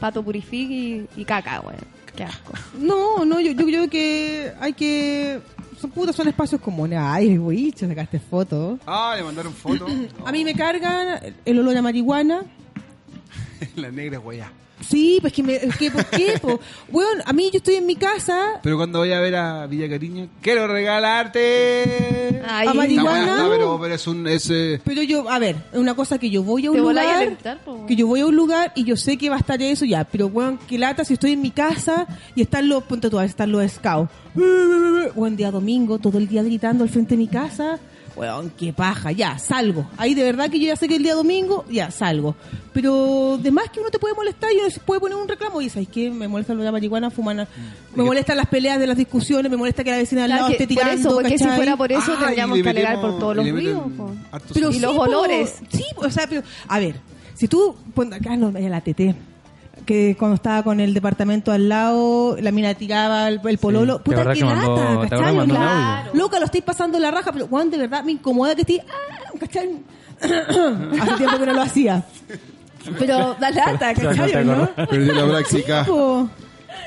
S2: pato purific y, y caca, weón. Qué asco.
S1: No, no, yo, yo creo que hay que. Son putas, son espacios comunes. Ay, bicho, sacaste foto.
S16: Ah, le mandaron foto.
S1: A mí me cargan el olor a marihuana.
S16: la negra es guayá.
S1: Sí, pues que me, es que ¿por qué? po? Weón, a mí yo estoy en mi casa.
S16: Pero cuando vaya a ver a Villa Cariño, quiero regalarte.
S1: Ay.
S16: La
S1: ¿A marihuana?
S16: weá, no, pero, pero es un. Es, eh,
S1: Pero yo, a ver, es una cosa que yo voy a un
S2: Te voláis a
S1: lugar.
S2: alentar, po.
S1: Que yo voy a un lugar y yo sé que va a estar eso ya. Pero weón, qué lata si estoy en mi casa y están los, ponte tú, a ver, están los scouts. Buen día domingo, todo el día gritando al frente de mi casa. Weón, qué paja, ya, salgo. Ahí de verdad que yo ya sé que el día domingo, ya, salgo. Pero de más que uno te puede molestar y uno se puede poner un reclamo y sabes que me molesta la marihuana, fuman. Me molestan las peleas de las discusiones, me molesta que la vecina al
S2: Claro
S1: lado
S2: que
S1: esté
S2: por
S1: tirando.
S2: eso, porque si
S1: ¿cachai?
S2: fuera por eso
S1: Ah,
S2: tendríamos
S1: y
S2: que
S1: le
S2: alegar
S1: metemos-
S2: por todos los
S1: y le meten-
S2: ruidos. po.
S1: pero
S2: y
S1: sí,
S2: los
S1: po.
S2: olores.
S1: Sí, o sea, pero, a ver, si tú, pon- acá no, en la TT, que cuando estaba con el departamento al lado, la mina tiraba el, el pololo,
S3: ¿te
S1: puta
S3: acordás
S1: que
S3: que
S1: lata,
S3: mandó- te acordás
S1: ¿cachai?
S3: que mandó un
S1: Claro. Loca, lo estáis pasando la raja, pero Juan, de verdad, me incomoda que estés, ah, ¿cachai? Hace tiempo que no lo hacía. Pero da lata,
S16: Pero- pero no
S1: ¿cachai?
S16: te
S1: ¿no?
S16: acordás. Perdí la práctica.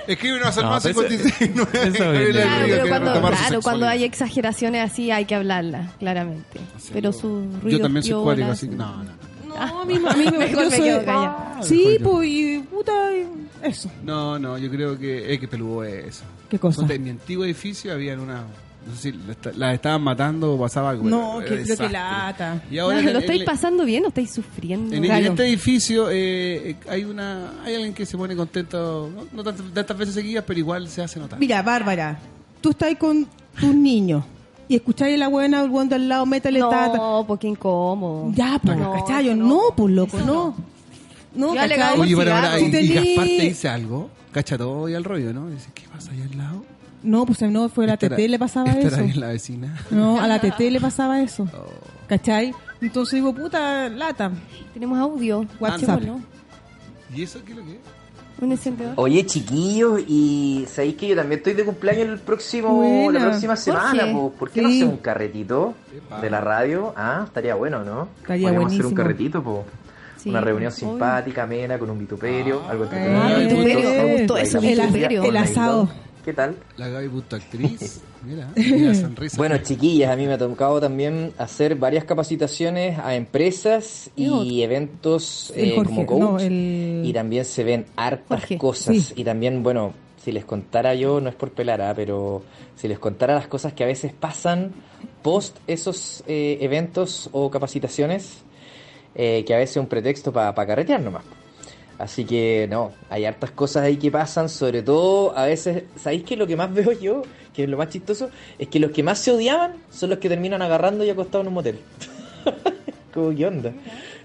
S1: Sí, po.
S16: Escríbenos al
S3: No,
S16: más
S3: pero eso-
S16: 56 9,
S3: eso
S16: Gabriela
S3: viene.
S2: Claro,
S16: Rodríguez,
S2: pero
S16: que
S2: cuando,
S16: retomar su
S2: claro, cuando
S16: sexualidad.
S2: hay exageraciones así hay que hablarlas, claramente. Pero su ruido
S16: Ah, Yo también soy cuático, así que no, no.
S1: No, a mí, a mí me,
S2: Mejor
S1: yo
S2: me
S1: soy-
S2: quedo callada.
S1: Sí, pues, y puta, y eso.
S16: No, no, yo creo que es que peludo es eso.
S1: ¿Qué cosa?
S16: Entonces, en mi antiguo edificio habían una. No sé si la esta- las estaban matando o pasaba algo.
S1: No,
S16: Era
S1: que, pero que
S16: desastre.
S1: lata.
S16: Y ahora
S2: Claro,
S16: en
S2: ¿Lo
S16: el-
S2: estáis
S16: en-
S2: pasando bien o estáis sufriendo?
S16: En, en este edificio eh, eh, hay una hay alguien que se pone contento, no, no tantas, tantas veces seguidas, pero igual se hace notar.
S1: Mira, Bárbara, tú estás ahí con tus niños y escucháis a la buena volviendo al lado, métale
S2: No,
S1: tata.
S2: pues qué incómodo.
S1: Ya, pues,
S2: No,
S1: ¿cachai? No, pues, loco, no.
S2: Yo
S1: No, ¿cachai?
S2: alegaba
S16: Oye, para, para, y,
S1: Si
S16: y
S1: tení-
S16: Gaspar te dice algo, cacha todo y al rollo, ¿no? Y dice, ¿qué pasa allá al lado?
S1: No, pues no, fue a la
S16: Estará-
S1: TT le pasaba eso.
S16: estará bien la vecina.
S1: No, a la TT le pasaba eso.
S16: Oh.
S1: ¿Cachai? Entonces digo, puta, lata.
S2: Tenemos audio.
S16: Ah,
S1: WhatsApp.
S16: ¿Y eso qué es lo que es?
S2: Un encendedor.
S12: Oye, chiquillos, y sabéis que yo también estoy de cumpleaños el próximo,
S2: Buena.
S12: la próxima semana.
S2: Jorge.
S12: po. ¿Por qué no
S2: Sí.
S12: hacemos un carretito de la radio? Ah, estaría bueno, ¿no?
S1: Estaría
S12: Podríamos hacer
S1: buenísimo.
S12: un carretito, po.
S1: Sí,
S12: Una reunión
S1: obvio.
S12: simpática, amena, con un vituperio, algo
S1: Ah,
S12: entretenido.
S1: vituperio,
S12: Entonces,
S1: me gustó eso,
S12: bailamos
S1: el
S12: cumbia
S1: as-
S12: con
S1: el
S12: la
S1: asado.
S12: ¿Qué tal?
S16: La Gaby Punto Actriz. Mira, mira, sonrisa.
S12: Bueno, chiquillas, a mí me ha tocado también hacer varias capacitaciones a empresas y eventos
S1: El
S12: eh,
S1: Jorge,
S12: como coach.
S1: no, el-
S12: Y también se ven hartas cosas. Y también, bueno, si les contara yo, no es por pelar, ah, pero si les contara las cosas que a veces pasan post esos eh, eventos o capacitaciones, eh, que a veces es un pretexto para carretear nomás. Así que no, hay hartas cosas ahí que pasan, sobre todo a veces, ¿sabéis que lo que más veo yo, que es lo más chistoso, es que los que más se odiaban son los que terminan agarrando y acostados en un motel? como, ¿qué onda?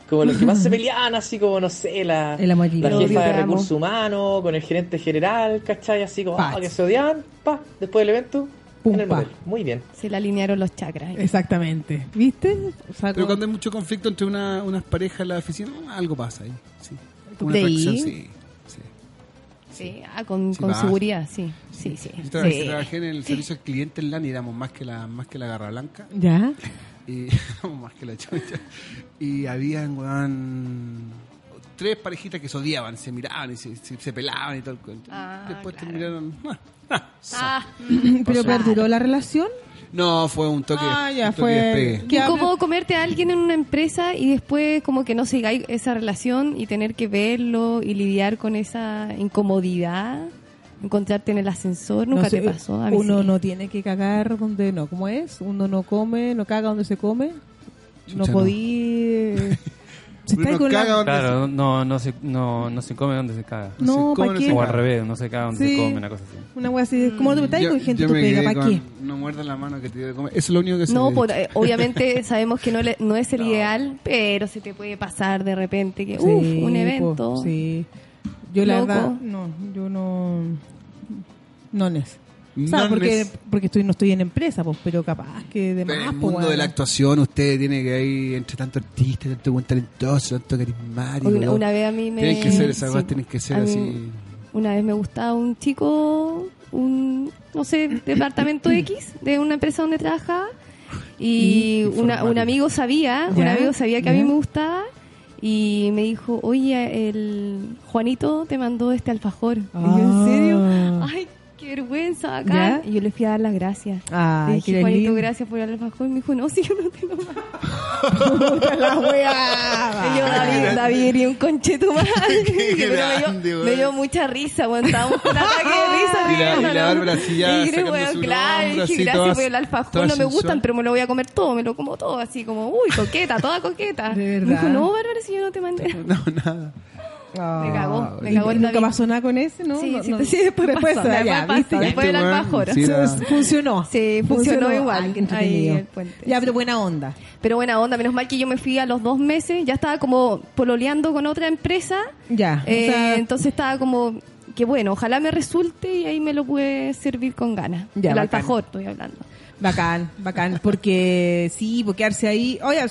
S12: Como los que más se peleaban, así como, no sé, la,
S1: El amarillo.
S12: la
S1: Lo
S12: jefa de
S1: odiamos.
S12: recursos humanos con el gerente general, ¿cachai? Así como, ah,
S1: Pach.
S12: que se odiaban, pa, después del evento,
S16: Oh.
S12: en el
S1: pa.
S12: motel. Muy bien.
S2: Se le alinearon los chakras.
S1: Exactamente. ¿Viste? O
S16: Pero
S1: sea, como-
S16: cuando hay mucho conflicto entre una, unas parejas en la oficina, algo pasa ahí. Sí.
S2: ¿Tú
S16: Una
S2: creí?
S16: atracción, sí.
S2: Sí, ah, con,
S16: Sí,
S2: con
S16: va.
S2: seguridad, sí. Sí, sí.
S16: Yo trabajé,
S2: Sí.
S16: trabajé en el servicio al cliente en LAN y éramos más que la, más que la garra blanca.
S1: ¿Ya?
S16: Y éramos más que la chucha. Y habían, weón, tres parejitas que se odiaban, se miraban y se, se- se pelaban y todo el cuento.
S2: Ah,
S16: Después terminaron.
S1: ¿Pero
S16: ah. Pasó.
S1: perduró la relación?
S16: No, fue un toque.
S1: Ah, ya,
S16: un toque
S1: fue-
S16: de despegue.
S2: Qué incómodo comerte a alguien en una empresa y después como que no sigáis esa relación y tener que verlo y lidiar con esa incomodidad, encontrarte en el ascensor, Pues nunca
S1: No sé,
S2: te pasó. A mí
S1: uno
S2: sí.
S1: no tiene que cagar donde no, ¿cómo es? Uno no come, no caga donde se come. no
S3: no.
S1: podí. eh, se está con la-
S3: Claro, no, no, se, no, no se come donde se caga.
S1: No, No se come, ¿pa' no qué? se
S3: O al
S1: caga.
S3: revés, no se caga donde
S1: Sí.
S3: se come, una cosa así.
S1: Una wea así, de, ¿cómo te metáis
S16: Yo-
S1: con gente
S16: yo
S1: tu
S16: me
S1: pega?
S16: quedé
S1: ¿Para
S16: con,
S1: qué?
S16: No muerdas la mano que te dio de comer. Eso es lo único que se
S2: No,
S16: me
S2: por-
S16: dice.
S2: eh, obviamente sabemos que no, le- no es el ideal, pero se te puede pasar de repente que,
S1: Sí,
S2: uff, un
S1: po,
S2: evento.
S1: sí. Yo la
S2: Loco.
S1: verdad, no, yo no. No es. O sea,
S16: No
S1: porque,
S16: nes.
S1: porque estoy, no estoy en empresa, pues, pero capaz que
S2: ah,
S1: de
S16: Pero en
S1: más,
S16: el
S1: pues,
S16: mundo de la
S1: weón.
S16: actuación, usted tiene que ir entre tanto artista, tanto buen talentoso, tanto carismático.
S2: Una,
S16: ¿no?
S2: una vez a mí me...
S16: Tienen que ser esas
S2: sí.
S16: cosas, tienen que ser
S2: A mí-
S16: así.
S2: Una vez me gustaba un chico, un, no sé, departamento X de una empresa donde trabajaba y una- un amigo sabía, un
S1: Ya,
S2: amigo sabía que a mí
S1: ya.
S2: me gustaba y me dijo, oye, el Juanito te mandó este alfajor. Y yo, ¿en serio? Ay, qué vergüenza acá.
S1: Ah. ¿Ya?
S2: Y yo le fui a dar las gracias.
S1: Ay,
S2: le
S1: que
S2: dije,
S1: eres
S2: Juanito,
S1: lindo".
S2: gracias por el alfajor. Y me dijo, no, si yo no tengo más.
S1: Puta la wea.
S2: Y yo, David, David, y un concheto más. Pero me,
S16: grande,
S2: dio,
S16: weón.
S2: me dio mucha risa, weón. Estábamos con ataque de risa.
S16: Y la- y la
S2: riéndonos.
S16: Bárbara así ya
S2: Y yo,
S16: sacándose
S2: weón,
S16: un
S2: claro, y
S16: hombro,
S2: dije,
S16: así,
S2: gracias
S16: todas-
S2: por el alfajor.
S16: todas
S2: No me gustan,
S16: sensual.
S2: pero me lo voy a comer todo. Me lo como todo, así como, uy, coqueta, toda coqueta.
S1: De
S2: Me dijo,
S1: verdad.
S2: no, Bárbara, si yo no te mandé nada. Me cagó, me
S1: ¿Y
S2: cagó el
S1: Ah, ¿Nunca
S2: David.
S1: pasó nada con ese? ¿no?
S2: Sí,
S1: No,
S2: sí,
S1: no.
S2: sí, después pasó,
S1: ah,
S2: después
S1: ya,
S2: pasó,
S1: ¿viste?
S2: después Este el weón, alfajor. sí,
S1: Sí,
S2: era-
S1: funcionó.
S2: Sí, funcionó igual.
S1: Ay,
S2: ahí
S1: qué entretenido.
S2: el puente.
S1: Ya, pero buena onda.
S2: Pero buena onda, menos mal que yo me fui a los dos meses, ya estaba como pololeando con otra empresa.
S1: Ya.
S2: Eh,
S1: o sea,
S2: entonces estaba como que bueno, ojalá me resulte y ahí me lo pude servir con ganas.
S1: Ya,
S2: el
S1: bacán.
S2: alfajor estoy hablando.
S1: Bacán, bacán, porque sí, porque quedarse ahí, oye,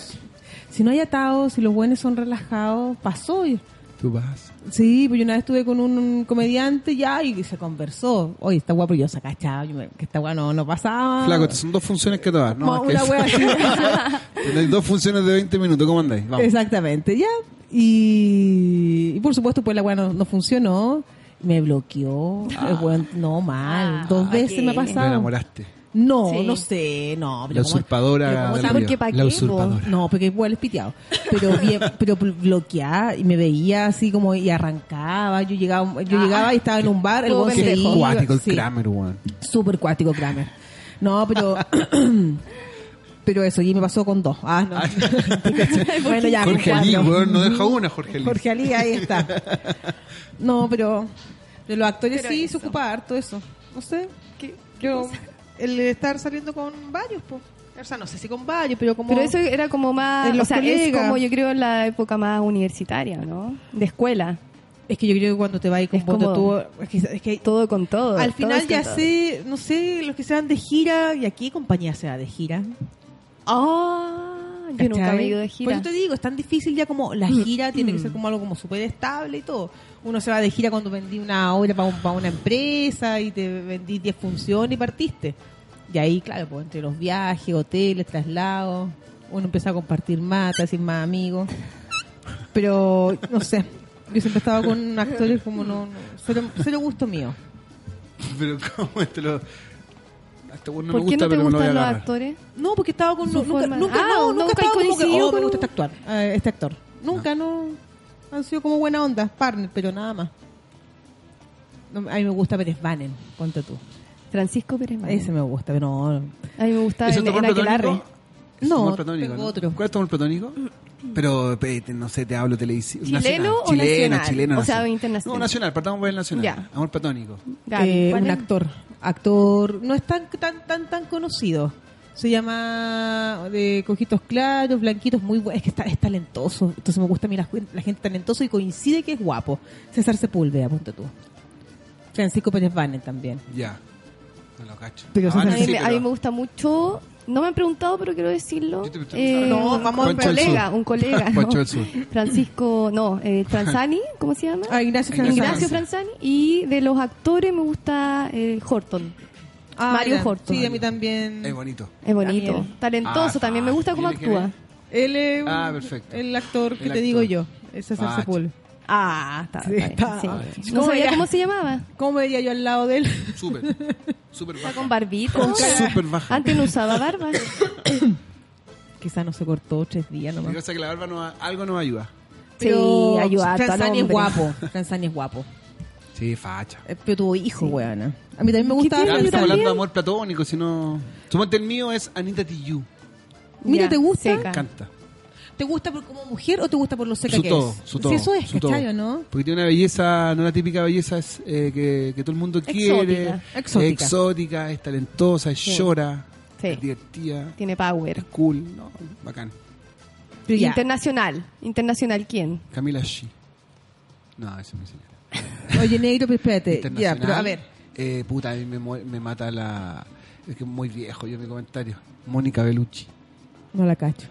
S1: si no hay atados, si los buenos son relajados, pasó. y-
S16: Tú vas.
S1: Sí, pues yo una vez estuve con un, un comediante ya y se conversó. Oye, está guapo, yo saca chao, yo me- que esta guapa no, no pasaba.
S16: Flaco, estas son dos funciones que te dar, ¿no?
S1: Como una
S16: Que-
S1: wea así.
S16: Tenéis dos funciones de 20 minutos, ¿cómo andáis? Vamos.
S1: Exactamente, ya. Y, y por supuesto, pues la weá no, no funcionó. Me bloqueó. El weón, no, mal. Dos veces me ha
S16: Me
S1: pasado.
S16: Ah. enamoraste.
S1: No,
S16: Sí.
S1: no sé, no.
S16: La
S1: pero como-
S16: usurpadora
S1: pero como
S16: del
S1: tan-
S16: río. Porque pa' La qué, po. usurpadora.
S1: No, porque igual es piteado. Pero, bien, pero pl- bloqueada y me veía así como y arrancaba. Yo llegaba, yo llegaba y estaba en un bar. El weón se
S16: Ah, Qué
S1: iba.
S16: cuático el
S1: Sí.
S16: Kramer, weón.
S1: Súper cuático Kramer. No, pero. pero eso, y me pasó con dos. Ah, no. bueno, ya. con
S16: Jorge Lee,
S1: cuatro.
S16: weón, no deja una, Jorge Lee.
S1: Jorge Ali, ahí está. No, pero. De los actores sí se ocupa harto eso. No sé. Yo. El estar saliendo con varios, pues. O sea, no sé si con varios, pero como.
S2: Pero eso era como más,
S1: En
S2: o
S1: los
S2: sea, es
S1: colegas.
S2: como yo creo la época más universitaria, ¿no? De escuela.
S1: Es que yo creo que cuando te vas con
S2: como
S1: cuando tú- es que,
S2: todo con todo.
S1: Al
S2: todo es
S1: final
S2: con
S1: ya
S2: todo.
S1: sé, no sé, los que se van de gira, ¿y aquí qué compañía se va de gira?
S2: Ah, yo nunca
S1: ¿Cachai?
S2: me he ido de gira.
S1: Este
S2: Mm.
S1: Por eso te digo, es tan difícil ya como la gira tiene que ser como algo como súper estable y todo. Uno se va de gira cuando vendí una obra para, una empresa y te vendí 10 funciones y partiste. Y ahí, claro, pues entre los viajes, hoteles, traslados, uno empieza a compartir más, te haces más amigos. Pero, no sé, yo siempre estaba con actores como no... no cero, cero gusto mío.
S16: Pero cómo este lo... A este weón no
S1: ¿Por
S16: me
S1: qué
S16: gusta,
S1: no te
S16: pero me lo voy a
S1: gustan los
S16: agarrar.
S2: actores?
S1: No, porque estaba con...
S2: Su
S1: no, Nunca,
S2: forma-
S1: nunca,
S2: Ah,
S1: no, nunca
S2: nunca
S1: estaba como que,
S2: coincidió
S1: "Oh, me
S2: con-
S1: gusta este actuar, eh, este actor. Nunca, no. Han sido como buena onda, partner, pero nada más. No, a mí me gusta Pérez Banen, ponte tú.
S2: Francisco Pérez Banen.
S1: Ese me gusta, pero no...
S2: A mí me gustaba
S16: ¿Eso
S2: en,
S16: tu amor
S2: en Aquelarre.
S16: platónico? ¿Es tu
S1: No,
S16: amor platónico,
S1: tengo
S16: ¿no?
S1: otro.
S16: ¿Cuál es tu amor platónico? Pero, pe, te- no sé, te hablo televisivo.
S2: ¿Chileno o nacional?
S16: Chileno,
S2: O sea,
S16: nacional.
S2: internacional.
S16: No, nacional, partamos por el nacional.
S1: Ya.
S16: Amor platónico.
S1: Eh, un actor. Actor... No es tan, tan, tan, tan conocido. Se llama de cojitos claros, blanquitos, muy bueno. Es que está, es talentoso. Entonces me gusta a mí la, ju- la gente talentosa y coincide que es guapo. César Sepúlveda, ponte tú. Francisco Pérez Banen también.
S16: Ya. No lo cacho.
S1: Ah, Pero
S2: A
S16: Habana
S2: mí,
S16: sí,
S2: me- a
S16: pero-
S2: mí me gusta mucho. No me han preguntado, pero quiero decirlo. Eh,
S1: No, vamos
S2: un
S1: a ver.
S2: colega,
S1: Pancho del Sur.
S2: un colega.
S1: Pancho
S2: ¿no?
S1: del Sur.
S2: Francisco, no, eh, Franzani, ¿cómo se llama?
S1: Ah, Ignacio Franzani.
S2: Ignacio Franzani. Y de los actores me gusta eh, Horton.
S1: Ah,
S2: Mario
S1: ya.
S2: Horton.
S1: Sí, a mí también.
S16: Es bonito.
S2: Es bonito.
S1: También.
S2: Talentoso
S16: Ah,
S2: también. Me gusta cómo
S16: ¿tiene que ver?
S2: actúa.
S1: Él es un-
S16: Ah, perfecto.
S1: el actor que
S16: El
S1: te
S16: actor.
S1: digo yo. Es César
S16: Pacho.
S1: Sepúlveda.
S2: Ah, está.
S1: Sí, está.
S2: sí. No sabía cómo se llamaba.
S1: ¿Cómo vería yo al lado de él?
S16: Súper. Súper baja.
S2: Con barbita.
S1: Con cara-
S16: Súper baja.
S2: Antes no usaba barba.
S1: Quizá no se cortó tres días
S16: Lo
S1: nomás.
S16: que pasa es que la barba no, algo nos ayuda.
S1: Pero
S2: ayuda harto al
S1: Franzani es
S2: hombre.
S1: guapo. Franzani es guapo.
S16: Sí, facha.
S1: Eh, Pero tuvo hijo, weona. A mí también me gusta.
S16: Ya, estamos hablando de
S1: Franzani.
S16: amor platónico, sino... Suponte el mío es Anita Tijoux.
S1: Mira, ¿te gusta?
S16: Me encanta.
S1: ¿Te gusta por, como mujer o te gusta por lo seca
S16: Su
S1: que
S16: todo,
S1: es?
S16: su todo.
S1: Si eso es,
S16: su
S1: ¿cachai
S16: todo.
S1: o no?
S16: Porque tiene una belleza, no la típica belleza es, eh, que, que todo el mundo
S2: Exótica.
S16: quiere.
S2: Exótica.
S16: Es exótica, es talentosa, es
S2: Sí.
S16: llora,
S2: Sí.
S16: es divertida,
S2: Tiene power.
S16: es cool. No, bacán.
S1: Pero ya.
S2: Internacional. Internacional, ¿quién?
S16: Camila Shi. No, esa es mi señora.
S1: Oye, negro, pero espérate. Ya, pues.
S16: Internacional.
S1: pero a ver.
S16: Eh, puta, a mí me, mu- me mata la... Es que es muy viejo yo mi comentario. Mónica Bellucci.
S1: No la cacho.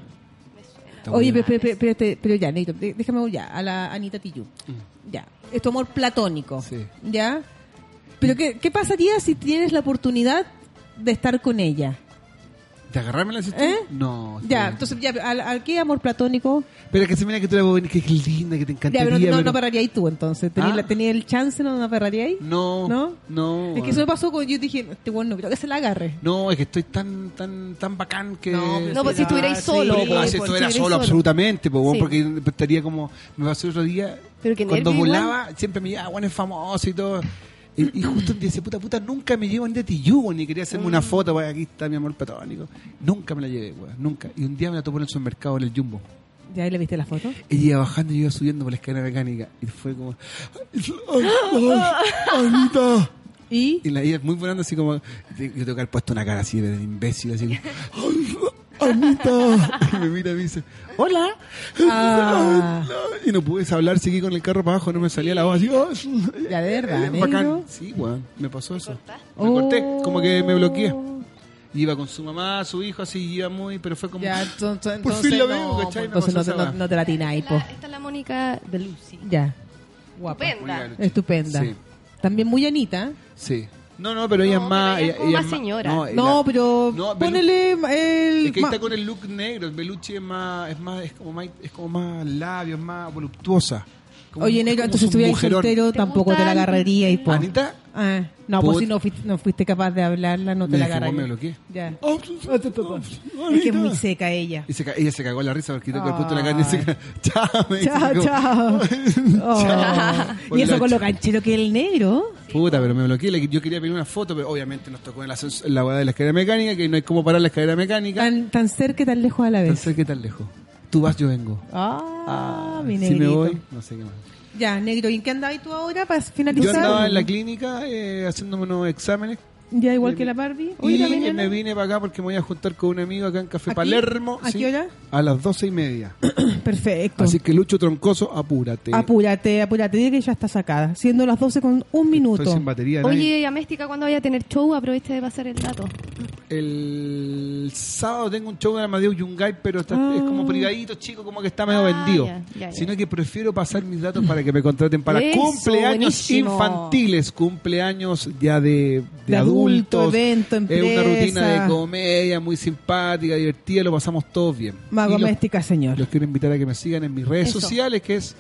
S16: Está
S1: Oye,
S16: buena.
S1: pero, pero, pero, pero- pero ya, Neito, dé- déjame ya, a la Anita Tiyu.
S16: Mm.
S1: Ya, es tu amor platónico. ¿Ya? Pero, ¿qué, qué pasaría si tienes la oportunidad de estar con ella?
S16: ¿Te agarrarme la hiciste?
S1: ¿Eh?
S16: No. está
S1: Ya,
S16: bien.
S1: entonces, ya, ¿al, al qué amor platónico?
S16: Pero es que se mira que tú la bonita, que es linda, que te
S1: Ya,
S16: encantaría.
S1: pero no, no
S16: pero-
S1: perraría ahí tú, entonces. ¿Tenía,
S16: Ah.
S1: la- tenía el chance, no, no perraría ahí?
S16: No,
S1: ¿No?
S16: no,
S1: Es que eso me pasó cuando yo dije, este bueno, no creo que se la agarre.
S16: No, es que estoy tan, tan, tan bacán que. No,
S1: pero No, pues si estuvierais solo,
S16: Ah,
S1: pues,
S16: si estuviera
S1: pues, estuvierais
S16: solo,
S1: solo.
S16: absolutamente, pues,
S1: Sí.
S16: bueno, porque estaría como. Me pasó otro día.
S1: Pero que
S16: cuando
S1: nervio igual.
S16: volaba, siempre me llevaba, bueno, es famoso y todo. Y, y justo un día dice, puta, puta, nunca me llevo ni de Tiyugo, ni quería hacerme
S1: Mm.
S16: una foto, pues aquí está mi amor platónico. Nunca me la llevé, weón, nunca. Y un día me la topo en el supermercado, en el Jumbo.
S1: ¿Ya ahí le viste la foto?
S16: Ella iba bajando y yo iba subiendo por la escalera mecánica. Y fue como, ¡Ay, ay, Anita!
S1: ¿Y?
S16: Y la ella muy volando así como, yo tengo que haber puesto una cara así de imbécil, así como, ¡Ay, Anita! Y me mira y me dice, ¡Hola!
S1: Ah.
S16: Y no pude hablar, seguí con el carro para abajo, no me salía la voz así, ¡Ay!
S1: Ya, de verdad,
S16: Eh, bacán.
S1: negro.
S16: Sí, weón, me pasó eso. Me corté, como que me bloqueé. Y Iba con su mamá, su hijo, así, y iba muy, pero fue como,
S1: Ya, entonces,
S16: por
S1: entonces
S16: fin la
S1: no,
S16: veo,
S1: pues,
S16: ¿cachai? Me pasó
S1: entonces no, te-
S16: esa
S1: no-
S16: weá.
S1: no te la tiene ahí, po.
S2: Esta es la Mónica de Lucy.
S1: Ya,
S2: Guapa. Estupenda.
S1: estupenda.
S16: Sí.
S1: También muy Anita.
S16: Sí. No, no, pero ella es más.
S2: ella es
S16: ella-
S2: como
S16: ella
S2: más
S16: es
S2: señora.
S16: No,
S1: No,
S16: ella-
S1: pero
S16: no,
S1: ponele el...
S16: Es que ahí
S1: ma-
S16: está con el look negro. Belucci es más, es más, es como más, es como más labios, más voluptuosa. Como-
S1: Oye,
S16: es
S1: negro,
S16: como
S1: entonces si
S16: un
S1: estuvieras
S16: mujerón.
S1: soltero tampoco te la agarraría y po.
S16: ¿Anita?
S1: Ah, no, pues
S16: Put-
S1: si no fuiste, no fuiste capaz de hablarla, no te
S16: Me
S1: la
S16: dejó, me
S1: agarraría.
S16: bloqueé.
S1: Ya.
S16: Oh,
S1: es que es muy seca ella.
S16: Y se ca- ella se cagó la risa porque tocó el punto de la
S1: Ay.
S16: carne y se ca- Chao, me dice,
S1: Chao,
S16: como,
S1: chao.
S16: Chao.
S1: Oh. Y eso con lo
S16: Hola,
S1: canchero que es el negro.
S16: Puta, pero me bloqueé. le- Yo quería pedir una foto, pero obviamente nos tocó en la, ascens- en la hueá de la escalera mecánica, que no hay cómo parar la escalera mecánica.
S1: Tan, tan cerca y tan lejos a la
S16: Tan
S1: vez.
S16: cerca y tan lejos. Tú vas, yo vengo.
S1: Ah, mi
S16: Si
S1: negrito.
S16: me voy, no sé qué más.
S1: Ya, negro, ¿y en qué andabas tú ahora para
S16: Yo
S1: finalizar?
S16: andaba en la clínica eh, haciéndome unos exámenes
S1: Ya, igual que la Barbie. Hoy
S16: y
S1: la mañana.
S16: me vine para acá porque me voy a juntar con un amigo acá en Café Palermo
S1: ¿A
S16: sí,
S1: qué hora?
S16: a las doce y media.
S1: Perfecto. Ah,
S16: Así que Lucho Troncoso, apúrate.
S1: Apúrate, apúrate, dile que ya está sacada. Siendo las 12 con un minuto.
S16: Estoy sin batería. nadie-
S2: Oye, y a Méstica, cuando vaya a tener show, aproveche de pasar el dato.
S16: El sábado tengo un show de Amadeus Yungay, pero está,
S1: Ah.
S16: es como privadito, chico, como que está medio vendido.
S2: ya, ya, ya.
S16: Sino que prefiero pasar mis datos para que me contraten para
S1: Eso,
S16: cumpleaños
S1: buenísimo.
S16: infantiles, cumpleaños ya de, de
S1: De adulto,
S16: adultos.
S1: evento,
S16: Es una rutina
S1: empresa.
S16: de comedia muy simpática, divertida, lo pasamos todos bien.
S1: Mago
S16: Y los-
S1: Méstica, señor.
S16: Los quiero invitar a que me sigan en mis redes
S1: Eso.
S16: sociales, que es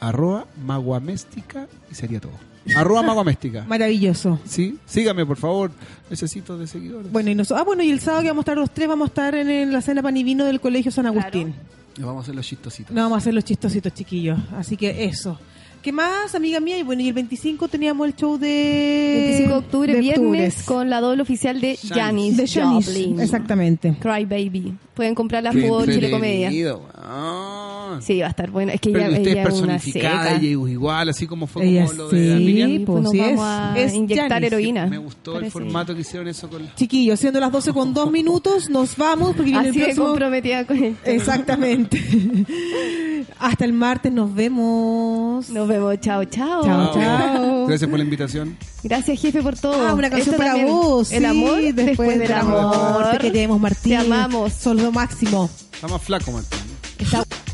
S16: arroba maguaméstica y sería todo. Arroba maguaméstica.
S1: Maravilloso.
S16: Sí, síganme, por favor. Necesito de seguidores.
S1: Bueno, y nos- ah, bueno, y el sábado que vamos a estar los tres, vamos a estar en, en la cena pan y vino del Colegio San Agustín.
S16: Nos vamos a hacer los chistositos.
S1: No, vamos a hacer los chistositos, chiquillos. Así que eso. ¿Qué más, amiga mía? Y bueno, y el 25 teníamos el show de...
S2: 25 de octubre,
S1: de
S2: viernes,
S1: octubres.
S2: con la doble oficial de Janis
S1: De Janis,
S2: Joplin.
S1: exactamente.
S2: Cry Baby. Pueden comprarla
S16: Qué
S2: por Chile Comedia.
S16: entretenido, weón.
S2: Sí, va a estar bueno. Es que
S16: Ah, Pero
S2: ella,
S16: y usted
S2: ella
S16: es
S2: es una
S16: personificada,
S2: seca.
S16: ella es igual, así como fue
S1: Ella
S16: como lo de
S1: sí,
S16: Miriam.
S1: pues,
S2: Nos
S1: sí
S2: vamos
S1: es.
S2: a
S1: Es
S2: inyectar
S1: Janis.
S2: heroína.
S16: Me gustó el formato que hicieron eso con la...
S1: Chiquillos, siendo las 12 con 2 minutos, nos vamos porque viene
S2: Así
S1: el
S2: de
S1: próximo...
S2: comprometida con el tema.
S1: Exactamente. Hasta el martes nos vemos.
S2: Nos vemos. Chao, chao.
S1: Chao, chao.
S16: Gracias por la invitación.
S2: Gracias, jefe, por todo.
S1: Ah, una canción
S2: Esto
S1: para
S2: también,
S1: vos.
S2: El
S1: sí,
S2: amor después, del amor.
S1: Te queremos, Martín. Te amamos. Solo máximo.
S16: Está más flaco, Martín.
S2: Está-